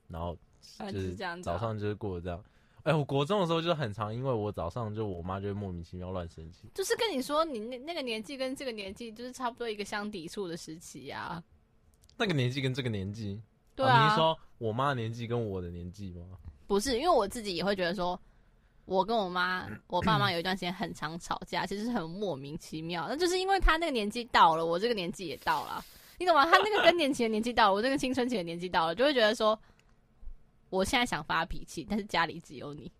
D: 然后
C: 啊
D: 就
C: 就是是这样子啊
D: 早上就是过得这样。哎、我国中的时候就很常，因为我早上就我妈就会莫名其妙乱生气。
C: 就是跟你说，你那那个年纪跟这个年纪就是差不多一个相抵触的时期啊，
D: 那个年纪跟这个年纪，
C: 对
D: 哦你
C: 啊
D: 是，说我妈的年纪跟我的年纪吗？
C: 不是，因为我自己也会觉得说，我跟我妈、我爸妈有一段时间很常吵架，其实是很莫名其妙。那就是因为他那个年纪到了，我这个年纪也到了，你懂吗？他那个更年期的年纪到了，我这个青春期的年纪到了，就会觉得说，我现在想发脾气，但是家里只有你，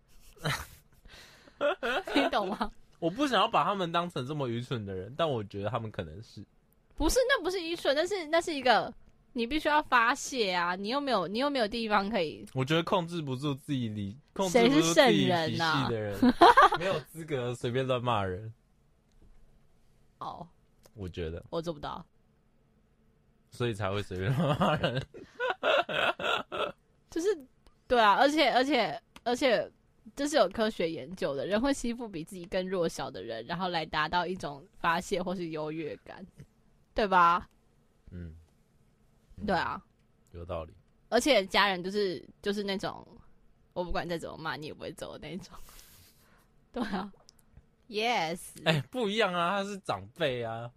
C: 你懂吗？
D: 我不想要把他们当成这么愚蠢的人，但我觉得他们可能是。
C: 不是，那不是愚蠢，但是那是一个你必须要发泄啊，你又没有，你又没有地方可以
D: 我觉得控制不住自己理，控制
C: 谁
D: 不
C: 是
D: 住
C: 圣
D: 自己脾
C: 人啊
D: 气
C: 呐
D: 的人， 没有资格随便乱骂人。
C: 哦，
D: 我觉得，
C: 我做不到。
D: 所以才会随便乱骂 人。
C: 就是对啊，而且而且而且，这是有科学研究的，人会欺负比自己更弱小的人，然后来达到一种发泄或是优越感，对吧？
D: 嗯，嗯
C: 对，啊，
D: 有道理。
C: 而且家人就是就是那种，我不管再怎么骂你也不会走的那种，对啊，yes，、
D: 哎、不一样啊，他是长辈啊，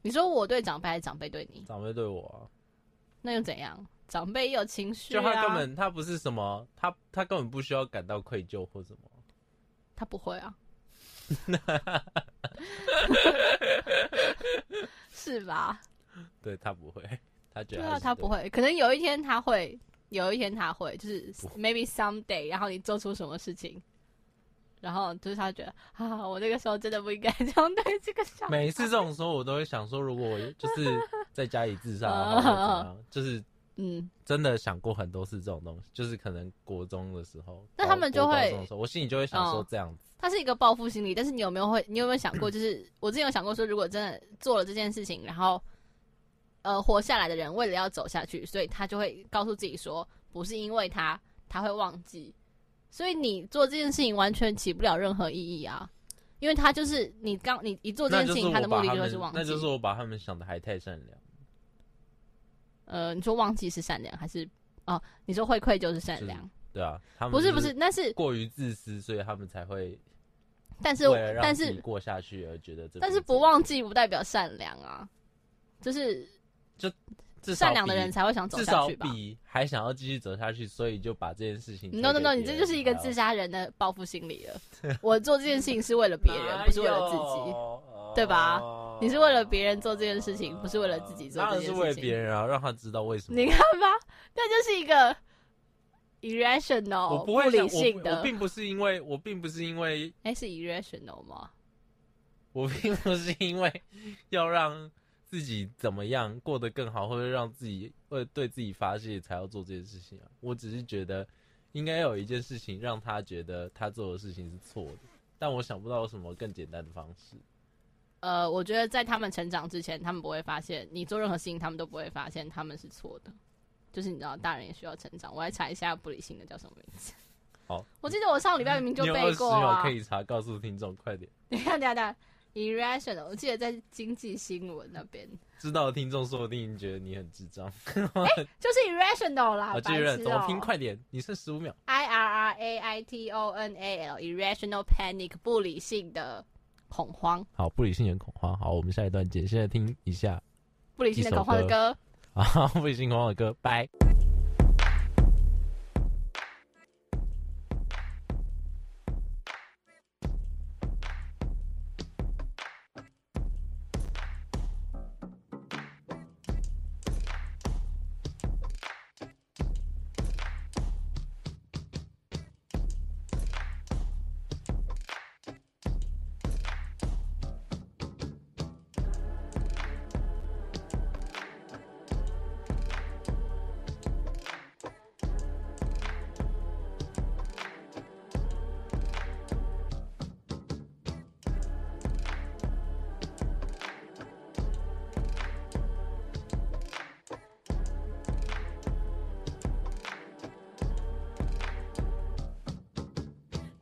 C: 你说我对长辈还是长辈对你，
D: 长辈对我、啊，
C: 那又怎样？长辈也有情绪、
D: 就
C: 啊，
D: 他根本他不是什么，他他根本不需要感到愧疚或什么。
C: 他不会 啊，是吧？
D: 对他不会， 他觉
C: 对
D: 得
C: 啊，
D: 是
C: 他不
D: 的。
C: 会，可能有一天他会，有一天他会，就是
D: 不
C: maybe someday，然后你做出什么事情，然后就是他觉得啊，我那个时候真的不应该 这样对这个 小孩，
D: 每一次这种时候，我都会想说，如果我就是在家里自杀的话，会怎么样？就是
C: 嗯，
D: 真的想过很多次这种东西，就是可能国中的时候，
C: 那他们
D: 高
C: 就会
D: 国高中的时候我心里就会想说
C: 嗯
D: 这样子，
C: 他是一个报复心理，但是你有没有会，你有没有 想过，就是我之前有想过说，如果真的做了这件事情，然后呃活下来的人为了要走下去，所以他就会告诉自己说，不是因为他，他会忘记，所以你做这件事情完全起不了任何意义啊。因为他就是你刚你一做这
D: 那
C: 件
D: 就
C: 事
D: 是
C: 情，
D: 我
C: 他的目
D: 把
C: 的
D: 他
C: 就
D: 们
C: 是忘，记。
D: 那就是我把他们想的还太善良，
C: 呃，你说忘记是善良还是哦？你说会愧疚是善良？
D: 对啊，他们
C: 不是
D: 就
C: 不是，
D: 是
C: 那是
D: 过于自私，所以他们才会
C: 但是
D: 为了让
C: 但
D: 自己
C: 是
D: 过下去而觉得这，
C: 但是不，忘记不代表善良啊，就是
D: 至少
C: 善良的
D: 比
C: 人才会想走
D: 至
C: 下
D: 少
C: 去吧。
D: 比还想要继续走下去，所以就把这件事情推给别
C: No
D: 人。
C: no no，你这就是一个自杀人的报复心 理了。我做这件事情是为了别人，
D: 哎
C: 不是为了自己。
D: 己
C: 对吧你是为了别人做这件事情不是为了自己做
D: 哦当
C: 这
D: 然
C: 件事
D: 是
C: 情
D: 为了别人啊，让他知道为什么。
C: 你看吧，那就是一个 irrational
D: 我不会想
C: 哦理性
D: 我，我
C: 的。
D: 并不是因为，我并不是因为，
C: 哎，是 irrational 吗？
D: 我并不是因为要让自己怎么样过得更好，或者让自己会对自己发泄，才要做这件事情啊。我只是觉得应该有一件事情让他觉得他做的事情是错的，但我想不到有什么更简单的方式。
C: 呃，我觉得在他们成长之前，他们不会发现你做任何事情，他们都不会发现他们是错的。就是你知道，大人也需要成长。我来查一下不理性的叫什么名字。
D: 好，
C: 我记得我上礼拜明明就
D: 你有二
C: 背
D: 十
C: 过啊
D: 秒。可以查，告诉听众快点。
C: 等一下，等一下，等一下，irrational，我记得在经济新闻那边
D: 知道的听众说不定觉得你很智障。
C: 就是 irrational 啦，
D: 我
C: 哎白
D: 继续
C: 痴
D: 认，怎么
C: 哦
D: 拼？快点，你剩十五秒。
C: I R R A I T O N A L，irrational panic，不理性的恐慌，
D: 好，不理性人恐慌。好，我们下一段见。现在听一下
C: 不理性的
D: 一首
C: 恐慌的歌。
D: 啊，不理性恐慌的歌，拜。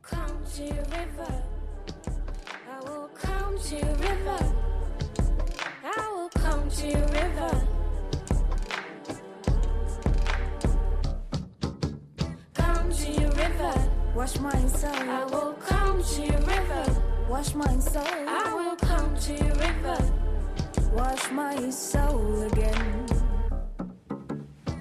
F: Come to river. I will come to river. I will come to river. Come to river.
G: Wash my soul,
F: I will come to river.
G: wash my soul,
F: I will come to river.
G: wash my soul again.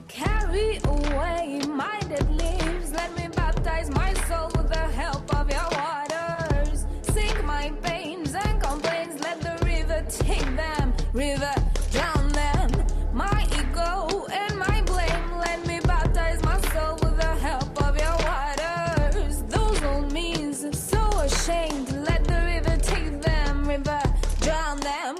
F: Carry away my dead leaves. Let me baptize my soul with the help of your waters. Sink my pains and complaints. Let the river take them. River, drown them. My ego and my blame. Let me baptize my soul with the help of your waters. Those old means so ashamed. Let the river take them. River, drown them.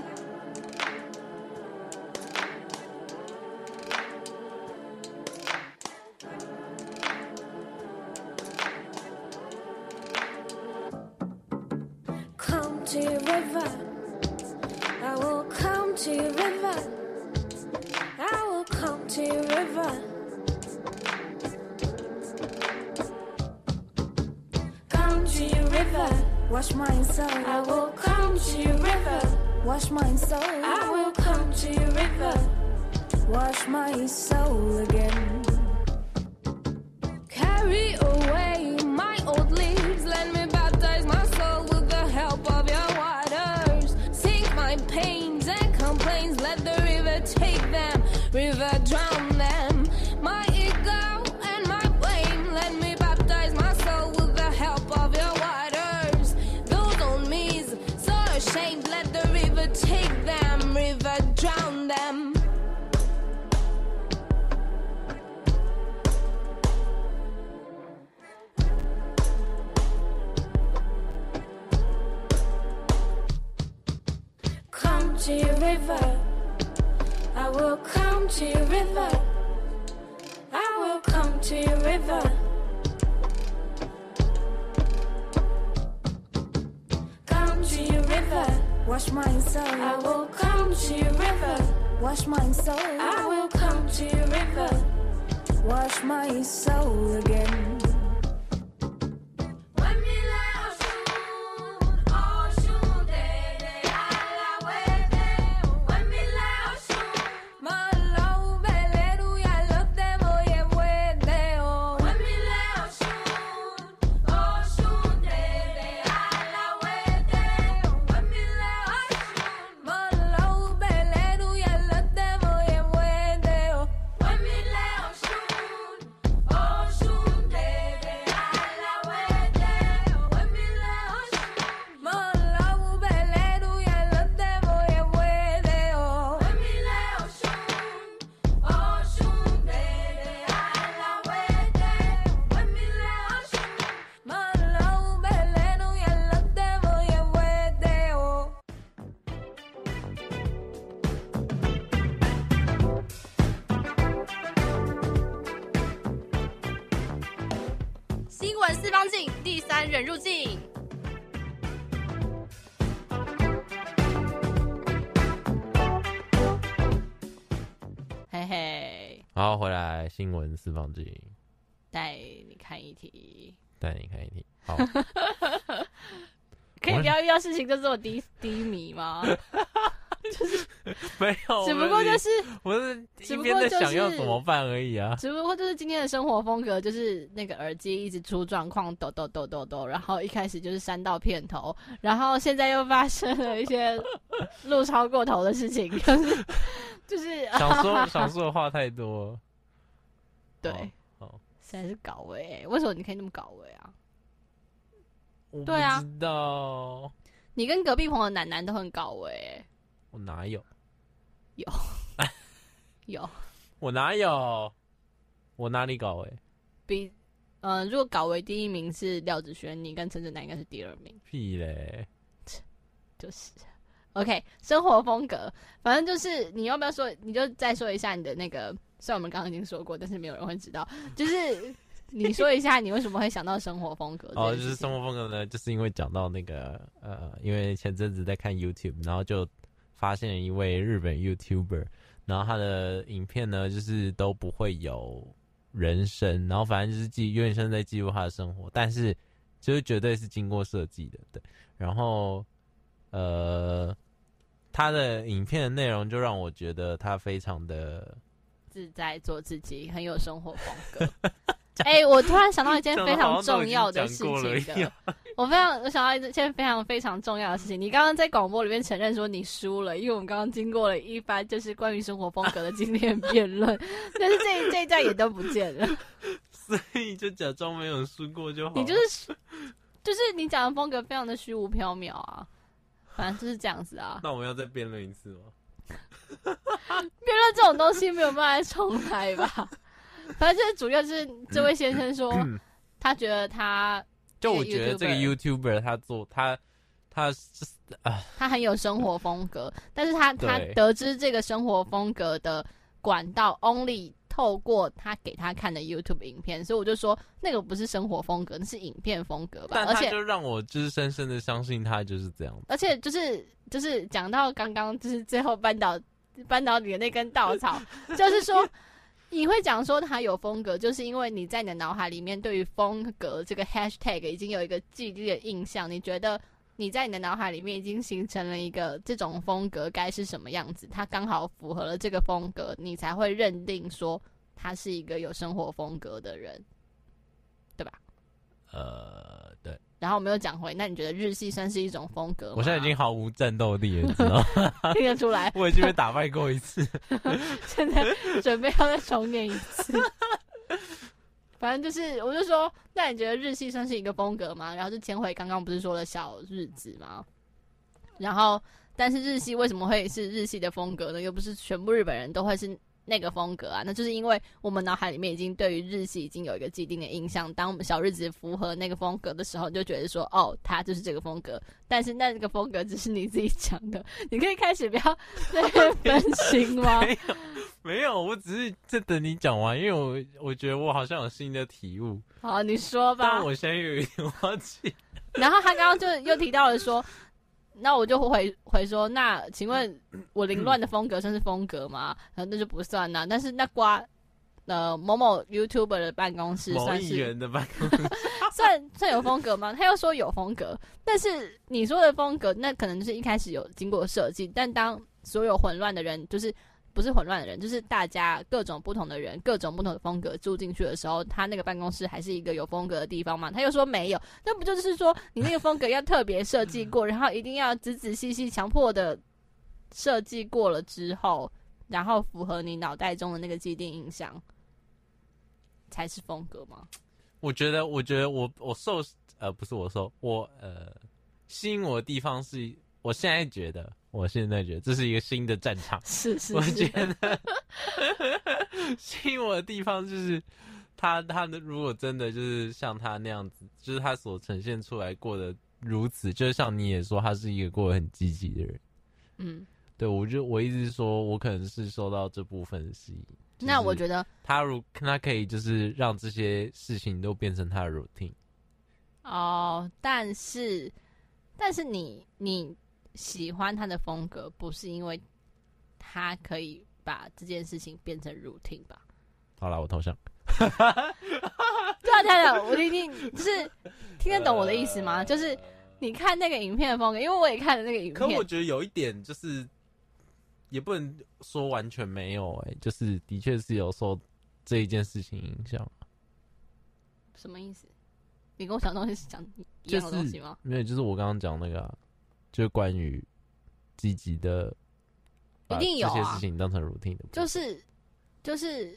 F: Come to river. I will come to river. I will come to river. Come to river.
G: Wash my soul,
F: I will come to river.
G: wash my soul,
F: I will come to river.
G: wash my soul again.
F: Carry away my old leaves. Let me baptize my soul with the help of your waters. Sink my pains and complaints. Let the river take them. River drown them. My ego and my blame. Let me baptize my soul with the help of your waters. Those on me's so ashamed. Let the river take them. River drown them. Come to river. I will come to river. I will come to river. Come to river.
G: Wash my
F: I
G: soul,
F: will come to river.
G: wash my soul,
F: I will come to river.
G: wash my soul again.
F: Oh, soon day.
C: 将近第三人入境。嘿嘿，
D: 好，回来新闻四方镜，
C: 带你看一题，
D: 带你看一题。好，
C: 可以不要遇到事情就这么低低迷吗？
D: 没有
C: 只不过就是，
D: 我是
C: 只
D: 一
C: 不
D: 边
C: 过
D: 在
C: 就
D: 想要
C: 是
D: 怎么办而已 啊。
C: 只不过就是今天的生活风格就是那个耳机一直出状况，抖抖抖抖抖，然后一开始就是删到片头，然后现在又发生了一些 路超过头的事情，就是呃就是呃
D: 想说想说的话太多。
C: 对，
D: 好
C: 实在是搞味、为什么你可以那么搞味啊？
D: 我
C: 对啊
D: 不知道
C: 你跟隔壁朋友楠楠都很搞味、欸，
D: 我哪有，
C: 有
D: 我哪有，我哪里搞哎、
C: 比呃，如果搞味第一名是廖子轩，你跟陈子楠应该是第二名。
D: 屁嘞！
C: 就是 OK 生活风格，反正就是你要不要说，你就再说一下你的那个，虽然我们刚刚已经说过，但是没有人会知道，就是你说一下你为什么会想到生活风格这件
D: 哦，
C: 事情？
D: 就是生活风格呢，就是因为讲到那个呃，因为前阵子在看 YouTube，然后就发现了一位日本 YouTuber，然后他的影片呢，就是都不会有人声，然后反正就是记有点像在记录他的生活，但是就是绝对是经过设计的，对。然后呃，他的影片的内容就让我觉得他非常的
C: 自在做自己，很有生活风 格。哎、我突然想到一件非常重要的事
D: 讲得好像都已经讲过
C: 情
D: 了一
C: 的
D: 样，
C: 我非常我想到一件非常非常重要的事情。你刚刚在广播里面承认说你输了，因为我们刚刚经过了一番就是关于生活风格的经典 辩论，但是这一这一段也都不见了。
D: 所以就假装没有输过就好。
C: 你就是就是你讲的风格非常的虚无缥缈啊，反正就是这样子啊。
D: 那我们要再辩论一次吗？
C: 辩论这种东西没有办法再重来吧。反正就是主要是这位先 生说，他觉得他
D: 就我觉得这个
C: YouTuber
D: YouTuber 他做他他就是啊，
C: 他很有生活风格，但是他他
D: 对
C: 得知这个生活风格的管道 only 透过他给他看的 YouTube 影片，所以我就说那个不是生活风格，那是影片风格吧。
D: 但
C: 而
D: 他
C: 且
D: 就让我就是深深的相信他就是这样。
C: 而且就是就是讲到刚刚就是最后扳倒扳倒你的那根稻草， 就是说你会讲说它有风格，就是因为你在你的脑海里面对于风格这个 hashtag 已经有一个既定的印象，你觉得你在你的脑海里面已经形成了一个这种风格该是什么样子，它刚好符合了这个风格，你才会认定说他是一个有生活风格的人。
D: 呃，对
C: 然后我们又讲回，那你觉得日系算是一种风格吗？
D: 我现在已经毫无战斗力了，你知道吗？
C: 听得出来，
D: 我已经被打败过一次。
C: 现在准备要再重演一次。 反正就是，我就说，那你觉得日系算是一个风格吗？然后就牵回刚刚不是说了小日子吗？然后，但是日系为什么会是日系的风格呢？又不是全部日本人都会是那个风格啊。那就是因为我们脑海里面已经对于日系已经有一个既定的印象。当我们小日子符合那个风格的时候，你就觉得说，哦，他就是这个风格。但是那个风格只是你自己讲的，你可以开始不要在那边分心吗？
D: 没有，没有，我只是在等你讲完，因为我我觉得我好像有新的体悟，
C: 好，你说吧
D: 但。我现在又有一点忘记。
C: 然后他刚刚就又提到了说，那我就回回说，那请问我凌乱的风格算是风格 吗？然后那就不算啦、但是那瓜，呃，某某 YouTuber 的办公室
D: 某
C: 算
D: 议
C: 是
D: 员的办公
C: 算算有风格吗？他又说有风格，但是你说的风格，那可能就是一开始有经过设计，但当所有混乱的人，就是不是混乱的人，就是大家各种不同的人，各种不同的风格住进去的时候，他那个办公室还是一个有风格的地方吗？他又说没有，那不就是说你那个风格要特别设计过，然后一定要仔仔细细、强迫的设计过了之后，然后符合你脑袋中的那个既定印象，才是风格吗？
D: 我觉得，我觉得我我受呃不是我受我呃吸引我的地方是，我现在觉得，我现在觉得这是一个新的战场。
C: 是是
D: 我觉
C: 是。
D: 得吸引我的地方就是他他的如果真的就是像他那样子，就是他所呈现出来过的如此，就像你也说，他是一个过得很积极的人。
C: 嗯，
D: 对我就我一直说，我可能是受到这部分的吸引。
C: 那我
D: 得
C: 觉得
D: 他如他可以就是让这些事情都变成他的 routine。
C: 哦，但是但是你你喜欢他的风格，不是因为他可以把这件事情变成 routine 吧？
D: 好啦，我投降。
C: 对啊，对啊，对啊我一定就是听得懂我的意思
D: 呃
C: 吗？就是你看那个影片的风格，因为我也看了那个影
D: 可我
C: 片，
D: 觉得有一点就是，也不能说完全没有、哎，就是的确是有受这一件事情影响，
C: 什么意思？你跟我讲的东西是讲一
D: 就
C: 样的东
D: 是
C: 西吗？
D: 没有，就是我刚刚讲那个啊、就是关于积极的，把
C: 一定有啊
D: 这些事情当成 routine 的部分，
C: 就是就是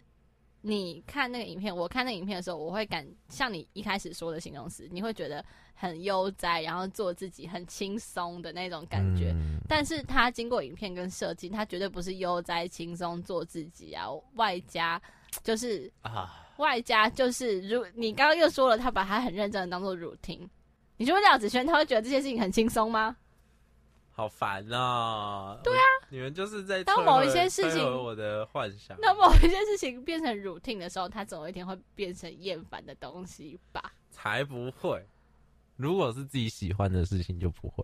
C: 你看那个影片，我看那个影片的时候，我会感像你一开始说的形容词，你会觉得很悠哉，然后做自己很轻松的那种感觉。
D: 嗯
C: 但是他经过影片跟设计，他绝对不是悠哉轻松做自己啊，外加就是
B: 啊，
C: 外加就是如你刚刚又说了，他把他很认真的当做 routine。你说廖子轩他会觉得这些事情很轻松吗？
D: 好烦啊！对啊，你们就是在
C: 当
D: 摧
C: 某一
D: 毁
C: 些事
D: 摧毁
C: 情
D: 我的幻想。
C: 那某一件事情变成 routine 的时候，他总有一天会变成厌烦的东西吧？
D: 才不会，如果是自己喜欢的事情就不会。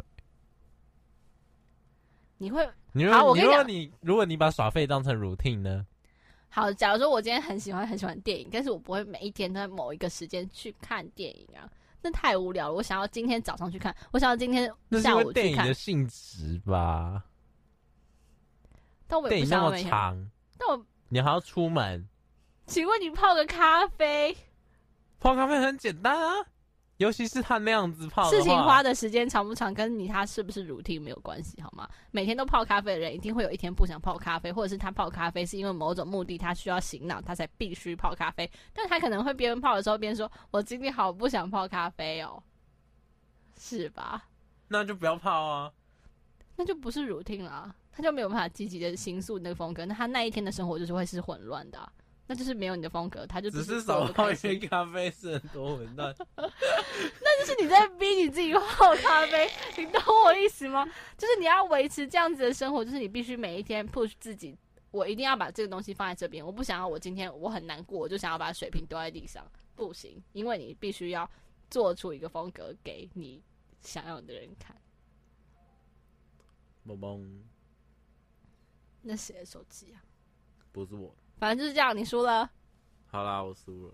C: 你会
D: 你如
C: 好
D: 果
C: 我
D: 你
C: 跟
D: 如
C: 你
D: 果
C: 讲
D: 你如果你把耍废当成 routine 呢？
C: 好？假如说我今天很喜欢很喜欢电影，但是我不会每一天都在某一个时间去看电影啊，那太无聊了。我想要今天早上去看，我想要今天
D: 那是
C: 下
D: 因
C: 午
D: 为电
C: 去
D: 影
C: 看
D: 的，性质吧？
C: 但我也
D: 电
C: 不
D: 影那
C: 想要
D: 么
C: 每天。
D: 长，
C: 但我
D: 你还要出门
C: 请问你泡个咖啡，
D: 泡咖啡很简单啊，尤其是他那样子泡的话
C: 事情花的时间长不长，跟你他是不是 routine 没有关系，好吗？每天都泡咖啡的人，一定会有一天不想泡咖啡，或者是他泡咖啡是因为某种目的，他需要醒脑，他才必须泡咖啡。但他可能会边泡的时候边说：“我今天好不想泡咖啡哦。”是吧？
D: 那就不要泡啊。
C: 那就不是 routine 啦，他就没有办法积极的形塑那个风格，那他那一天的生活就是会是混乱的啊、那就是没有你的风格，他就
D: 只
C: 不
D: 是
C: 过
D: 少
C: 得
D: 泡
C: 开
D: 一
C: 心
D: 杯咖啡是很多混 乱。
C: 就是你在逼你自己泡咖啡，你懂我意思吗？就是你要维持这样子的生活，就是你必须每一天 push 自己，我一定要把这个东西放在这边，我不想要我今天我很难过，我就想要把水瓶丢在地上，不行，因为你必须要做出一个风格给你想要的人看。
D: 萌萌
C: 那谁的手机啊？
D: 不是我，
C: 反正就是这样，你输了。
D: 好啦，我输了。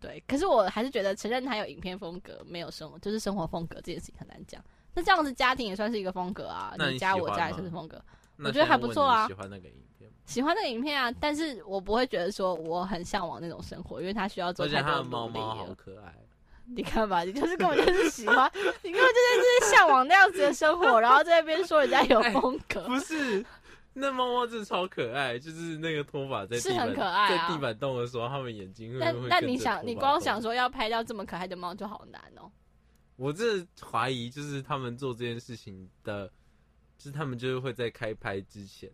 C: 对，可是我还是觉得承认他有影片风格，没有生活，就是生活风格这件事情很难讲。那这样子家庭也算是一个风格啊，
D: 那你
C: 家
D: 喜
C: 我
D: 欢
C: 家也
D: 吗
C: 算是风格。
D: 那
C: 我觉得
D: 现在
C: 还不
D: 问
C: 错
D: 你
C: 啊
D: 喜欢那个影片吗，
C: 喜欢那个影片啊，但是我不会觉得说我很向往那种生活，因为他需要做
D: 而且
C: 太
D: 他
C: 多
D: 的猫
C: 努力
D: 猫好
C: 了。
D: 可爱。
C: 你看吧，你就是根本就是喜欢，你根本就是就是向往那样子的生活，然后在那边说人家有风格，
D: 哎不是，那猫猫真的超可爱，就是那个拖把在
C: 是
D: 地板
C: 很可爱
D: 在
C: 啊
D: 地板动的时候，它们眼睛会
C: 但
D: 会
C: 但
D: 跟
C: 你
D: 着
C: 想，
D: 拖
C: 你
D: 把
C: 光
D: 动
C: 想，说要拍到这么可爱的猫就好难哦。
D: 我这怀疑就是他们做这件事情的，就是他们就是会在开拍之前，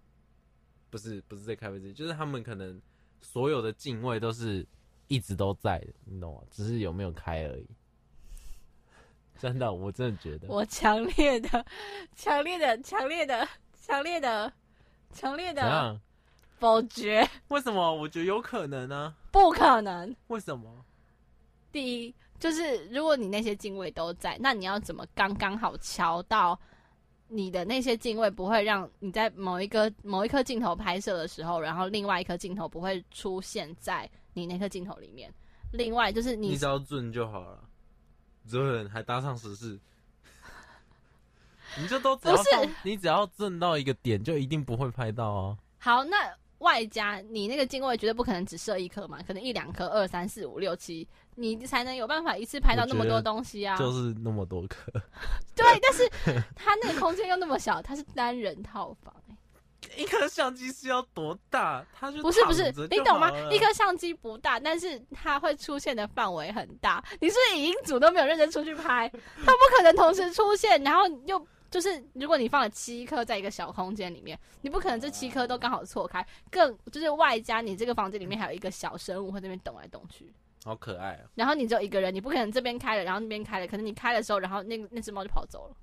D: 不是不是在开拍之前，就是他们可能所有的敬畏都是一直都在的，你懂吗？只是有没有开而已。真的，我真的觉得，
C: 我强烈的、强烈的、强烈的、强烈的、强烈
D: 怎
C: 的
D: 样？
C: 否决，
D: 为什么？我觉得有可能呢、
C: 不可能。
D: 为什么？
C: 第一就是，如果你那些敬畏都在，那你要怎么刚刚好瞧到你的那些敬畏不会让你在某一个某一颗镜头拍摄的时候，然后另外一颗镜头不会出现在你那颗镜头里面。另外就是
D: 你
C: 你
D: 只要准就好了，准还搭上时事， 你就都只要
C: 不是
D: 放你只要准到一个点，就一定不会拍到哦。
C: 好，那外加你那个敬畏绝对不可能只设一颗嘛，可能一两颗，二三四五六七，你才能有办法一次拍到那么多东西啊。
D: 就是那么多颗，
C: 对，但是它那个空间又那么小，它是单人套房、欸
D: 一颗相机是要多大？它就
C: 不是不是
D: 躺着，就
C: 你懂吗
D: 好？了
C: 一颗相机不大，但是它会出现的范围很大。你是不是影音组都没有认真出去拍，它不可能同时出现，然后又就是如果你放了七颗在一个小空间里面，你不可能这七颗都刚好错开，更就是外加你这个房间里面还有一个小生物会在那边动来动去，
D: 好可爱啊！
C: 然后你只有一个人，你不可能这边开了，然后那边开了，可是你开的时候，然后那那只猫就跑走了。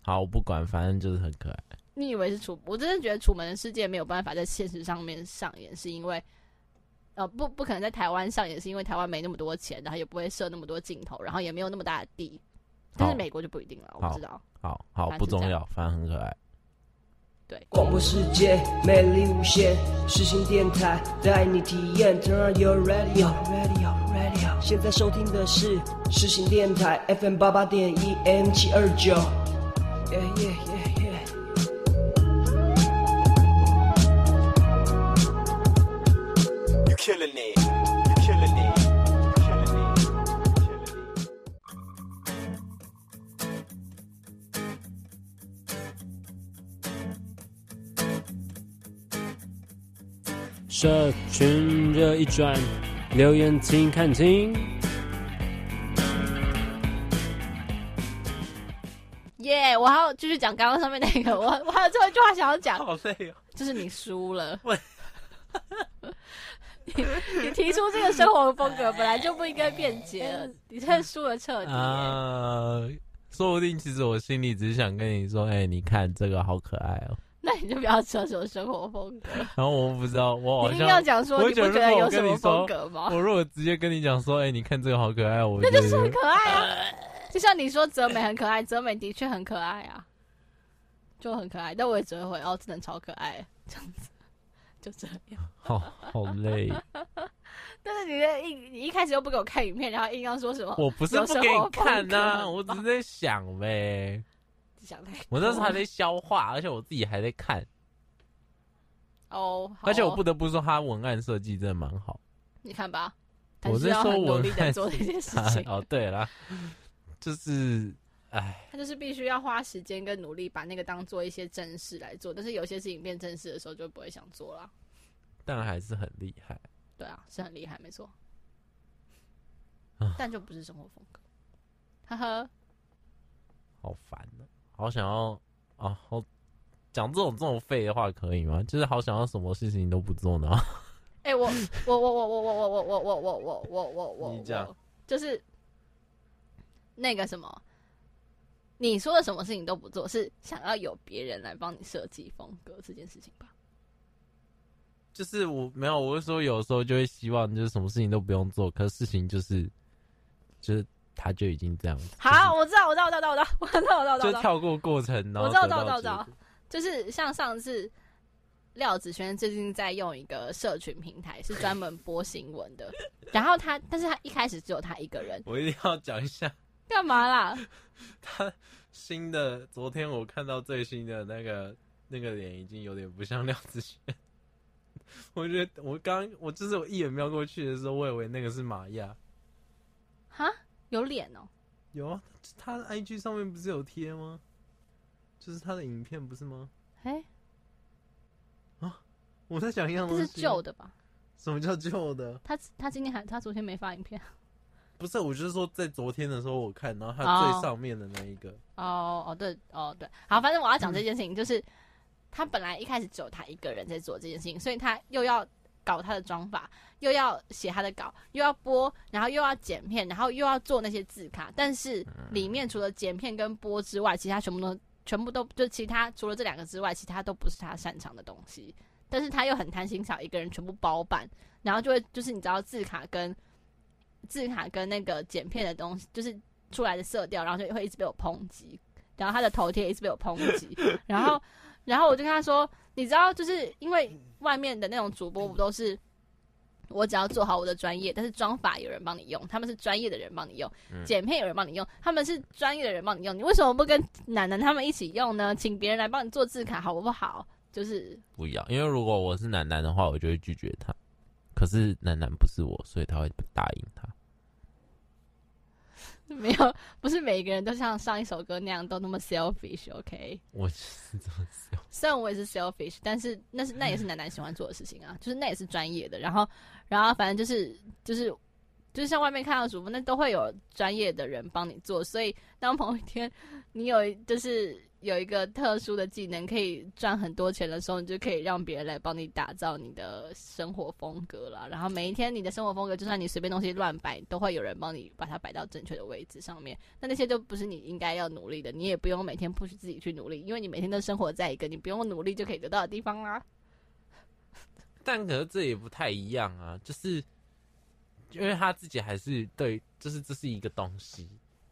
D: 好，我不管，反正就是很可爱。
C: 你以为是楚？我真的觉得《楚门的世界》没有办法在现实上面上演，是因为呃，不不可能在台湾上也是因为台湾没那么多钱，然后也不会设那么多镜头，然后也没有那么大的地。但是
D: 好
C: 美国就不一定了，我不
D: 好
C: 知道。
D: 好好
C: 反正
D: 不
C: 是这
D: 重
C: 样
D: 要，反正很可爱。
C: 对，
H: 广播世界魅力无限，实心电台带你体验。Turn on your radio, radio, radio。现在收听的是实心电台 FM 八八点一 M 七二九。耶耶耶耶！
I: You're killing it. You're killing it. You're killing it. You're killing it.
J: 社群热一转，留言请看清。
C: 耶、我还要继续讲刚刚上面那个，我我还有最后一句话想要讲，
B: 好累哦。
C: 就是你输了。
B: 喂
C: 你你提出这个生活风格本来就不应该辩解 了，你真的输了彻底耶、
D: 啊，说不定其实我心里只是想跟你说，哎、你看这个好可爱 哦、
C: 那你就不要奢求生活风格。
D: 然后我不知道，我好
C: 你硬要
D: 像
C: 讲说
D: 我
C: 你不
D: 觉得
C: 觉得
D: 如果
C: 有
D: 我
C: 什
D: 跟
C: 么
D: 你说
C: 风格吗？
D: 我如嗯果直接跟你讲说，哎、你看这个好可爱，我
C: 那就
D: 觉
C: 是
D: 得
C: 很可爱啊。 就像你说泽美很可爱，泽美的确很可爱啊，就很可爱。但我也只会回哦，真的超可爱这样子，就这样。
D: 好好累。
C: 但是你的一你一开始又不给我看影片，然后硬要说什么，
D: 我不是
C: 有
D: 不
C: 生
D: 给
C: 活
D: 你
C: 风
D: 看
C: 格
D: 呐、
C: 吗
D: 我只是在想呗。
C: 想太多
D: 我那时候还在消化，而且我自己还在看，
C: 哦，好哦
D: 而且我不得不说，他文案设计真的蛮好。
C: 你看吧，还
D: 我
C: 是
D: 是
C: 要
D: 说
C: 很努
D: 文
C: 力
D: 案，
C: 的做这件事情
D: 哦，对啦，就是哎，
C: 他就是必须要花时间跟努力把那个当做一些正事来做。但是有些事情变正事的时候就不会想做了，
D: 但还是很厉害。
C: 对啊，是很厉害，没错
D: 啊，
C: 但就不是生活风格， 呵呵。
D: 好烦哦、好想要啊！好讲这种这种废的话可以吗？就是好想要什么事情都不做呢？
C: 哎、我我我我我我我我我我我我我我
D: 你讲
C: 我就是那个什么，你说的什么事情都不做，是想要有别人来帮你设计风格这件事情吧？
D: 就是我没有，我是说有时候就会希望就是什么事情都不用做，可是事情就是就是他就已经这样子。
C: 好，我知道，我知道，我知道，我知道，我知道，我知道，
D: 就是
C: 我知道，
D: 跳过过程，然
C: 我
D: 后
C: 知道，
D: 得
C: 我知道，
D: 到
C: 我知道
D: 结果，
C: 就是像上次廖子轩最近在用一个社群平台，是专门播新闻的，然后他，但是他一开始只有他一个人，
D: 我一定要讲一下
C: 干嘛啦？
D: 他新的。昨天我看到最新的那个那个脸，已经有点不像廖子轩。 我觉得我刚我就是我一眼瞄过去的时候，我以为那个是玛雅。
C: 哈，有脸哦、
D: 有啊，他的 IG 上面不是有贴吗？就是他的影片不是吗？
C: 哎、
D: 我在讲一样
C: 这
D: 东
C: 是
D: 西。
C: 旧？的吧？
D: 什么叫旧的？
C: 他他今天还他昨天没发影片。
D: 不是，我就是说在昨天的时候我看，然后
C: 哦
D: 他最上面的那一个。
C: 哦哦对哦对，好，反正我要讲这件事情，就是他本来一开始只有他一个人在做这件事情，所以他又要搞他的妆法，又要写他的稿，又要播，然后又要剪片，然后又要做那些字卡。但是里面除了剪片跟播之外，其他全部都全部都就其他除了这两个之外，其他都不是他擅长的东西。但是他又很贪心，想一个人全部包办，然后就会就是你知道字卡跟字卡跟那个剪片的东西，就是出来的色调，然后就会一直被我抨击，然后他的头贴一直被我抨击， 然后然后我就跟他说，你知道，就是因为外面的那种主播不都是。我只要做好我的专业，但是妆法有人帮你用，他们是专业的人帮你用，剪片有人帮你用，他们是专业的人帮你用，你为什么不跟楠楠他们一起用呢？请别人来帮你做字卡好不好？就是
D: 不要，因为如果我是楠楠的话，我就会拒绝他。可是楠楠不是我，所以他会答应他。
C: 没有，不是每一个人都像上一首歌那样都那么 selfish，OK？、
D: 我就是这么想。
C: 虽然我也是 selfish，但是那是那也是楠楠喜欢做的事情啊， 就是那也是专业的。然后，然后反正就是就是就是像外面看到的主播，那都会有专业的人帮你做。所以当某一天你有就是有一个特殊的技能可以赚很多钱的时候，你就可以让别人来帮你打造你的生活风格啦。然后每一天你的生活风格，就算你随便东西乱摆，都会有人帮你把它摆到正确的位置上面。那那些都不是你应该要努力的，你也不用每天 push 自己去努力，因为你每天都生活在一个你不用努力就可以得到的地方啦。
D: 但可是这也不太一样啊，就是因为他自己还是对，就是这是一个东西，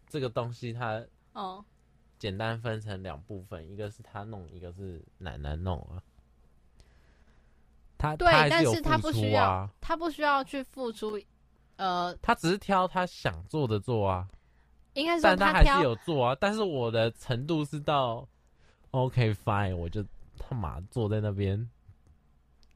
D: 这个东西它
C: 哦，
D: 简单分成两部分，一个是他弄，一个是奶奶弄啊。他
C: 对
D: 他还，
C: 但
D: 有
C: 是他
D: 付
C: 不
D: 出
C: 需要
D: 啊，，
C: 他不需要去付出，呃，
D: 他只是挑他想做的做啊，
C: 应该是说
D: 但他还
C: 挑
D: 是有做啊。但是我的程度是到 OK fine，我就他妈坐在那边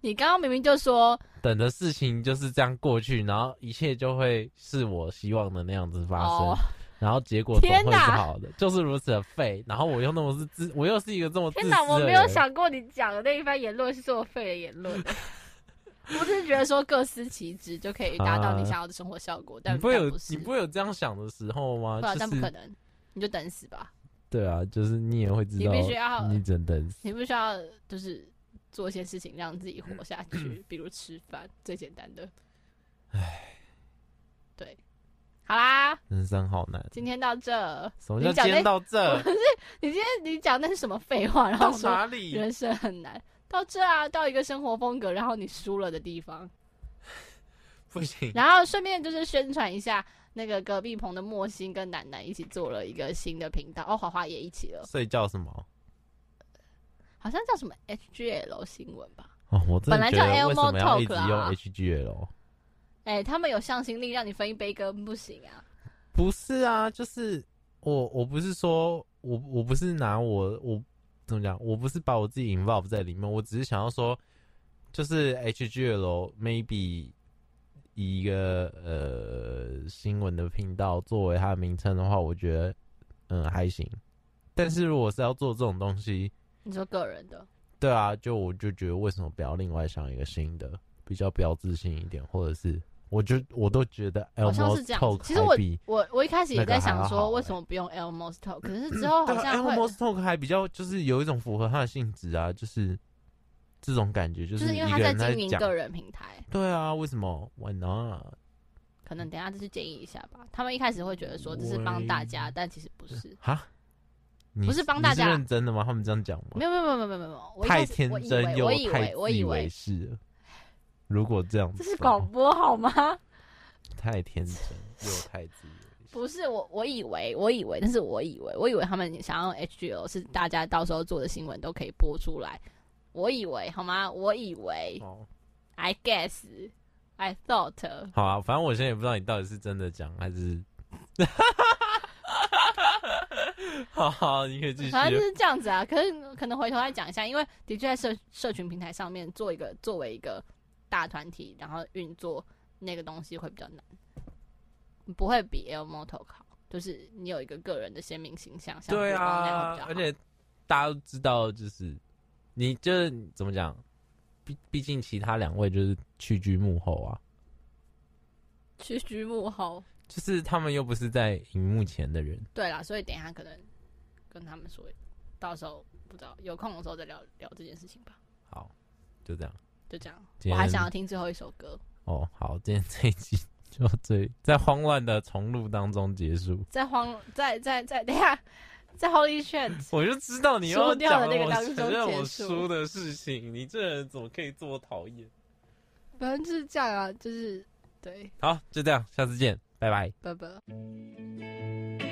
C: 你刚刚明明就说
D: 等的事情就是这样过去，然后一切就会是我希望的那样子发生，
C: 哦，
D: 然后结果总
C: 天
D: 会是
C: 哪
D: 好的，就是如此的废。然后我又那么是自，我又是一个这么自
C: 天
D: 私
C: 哪，我
D: 的
C: 没有
D: 人
C: 想过你讲的那一番言论是作废的言论。 我只是觉得说各司其职就可以达到你想要的生活效果，
D: 啊
C: 但
D: 你不会有
C: 但是
D: 你不会有这样想的时候吗？
C: 不啊
D: 就
C: 但不可
D: 是
C: 能，你就等死吧，
D: 对啊，就是你也会知道，
C: 你必须要
D: 你只能等死。
C: 你不需要就是做一些事情让自己活下 去，比如吃饭，最简单的。对，好啦，
D: 人生好难。
C: 今天到这。
D: 什么叫
C: 你讲
D: 今天
C: 那
D: 到这？
C: 你今天你讲那是什么废话？然后
D: 到
C: 说
D: 哪里？
C: 人生很难，到这啊，到一个生活风格，然后你输了的地方。
D: 不行，
C: 然后顺便就是宣传一下，那个隔壁棚的莫欣跟楠楠一起做了一个新的频道，哦，华华也一起了，
D: 睡觉什么？
C: 好像叫什么 HGL 新闻吧。
D: 哦，我真
C: 本
D: 的
C: 来
D: 觉
C: 叫
D: 得为什
C: Elmo
D: 么要一直
C: Talk 啦
D: 用 HGL？
C: 哎，他们有向心力，让你分一杯羹不行啊。
D: 不是啊，就是我我不是说我我不是拿我我怎么讲，我不是把我自己 involve 在里面，我只是想要说，就是 HGL maybe 以一个呃新闻的频道作为它的名称的话，我觉得嗯还行，但是如果是要做这种东西，
C: 你说个人的，
D: 对啊，就我就觉得为什么不要另外想一个新的，比较标志性一点，或者是我就我都觉得 Elmo
C: 好像是这样
D: 呃 Talk
C: 其实
D: 还
C: 我
D: 比
C: 我我一开始也
D: 那个
C: 在
D: 还
C: 想
D: 好
C: 说，为
D: 欸
C: 什么不用 L Mosto？可是之后好
D: 对啊
C: 像会，
D: Elmo Talk 还比较就是有一种符合他的性质啊，就是这种感觉，就
C: 就是是因为
D: 一
C: 他
D: 个人
C: 在经营
D: 讲。
C: 个人平台，
D: 对啊，为什么？Why not？
C: 可能等一下就是建议一下吧。他们一开始会觉得说这是帮大家，但其实不是。
D: 哈？你
C: 不是帮大家
D: 你认真的吗？他们这样讲吗
C: 没？有没有没有没有没有没有，我一
D: 太
C: 开始
D: 天
C: 我以
D: 真
C: 为
D: 又
C: 我以
D: 太
C: 为我
D: 自
C: 以
D: 以
C: 为
D: 为是了。如果这样子
C: 这
D: 的话，
C: 是广播好吗？
D: 太天真又太自以为是。
C: 不是我，我以为，我以为，但是我以为，我以为他们想要 HGL 是大家到时候做的新闻都可以播出来，我以为好吗？我以为
D: 哦，
C: ，I guess，I thought，
D: 好啊，反正我现在也不知道你到底是真的讲还 是。 好好，你可以继续。
C: 反正就是这样子啊。可是可能回头再讲一下，因为的确在社社群平台上面做一个作为一个大团体，然后运作那个东西会比较难，不会比 L Moto 好。就是你有一个个人的鲜明形象，像
D: 对
C: 国光那样
D: 啊
C: 会比较，好
D: 而且大家都知道，就是你就是怎么讲，毕毕竟其他两位就是屈居幕后啊，
C: 去居幕后，
D: 就是他们又不是在荧幕前的人。
C: 对啦，所以等一下可能跟他们说，到时候不知道有空的时候再聊聊这件事情吧。
D: 好，就这样
C: 就这样，
D: 今
C: 我
D: 天
C: 还想要听最后一首歌，
D: 哦。好，今天这一集就这在慌乱的重录当中结束。
C: 在荒在在在等一下，在 Holy Shit，
D: 我就知道你要
C: 输掉
D: 讲
C: 的那个
D: 我
C: 当中
D: 承认
C: 结
D: 我
C: 束
D: 输的事情，你这人怎么可以这么讨厌？
C: 反正就是这样啊，就是对，
D: 好，就这样，下次见，拜拜。
C: 拜拜。
I: Thank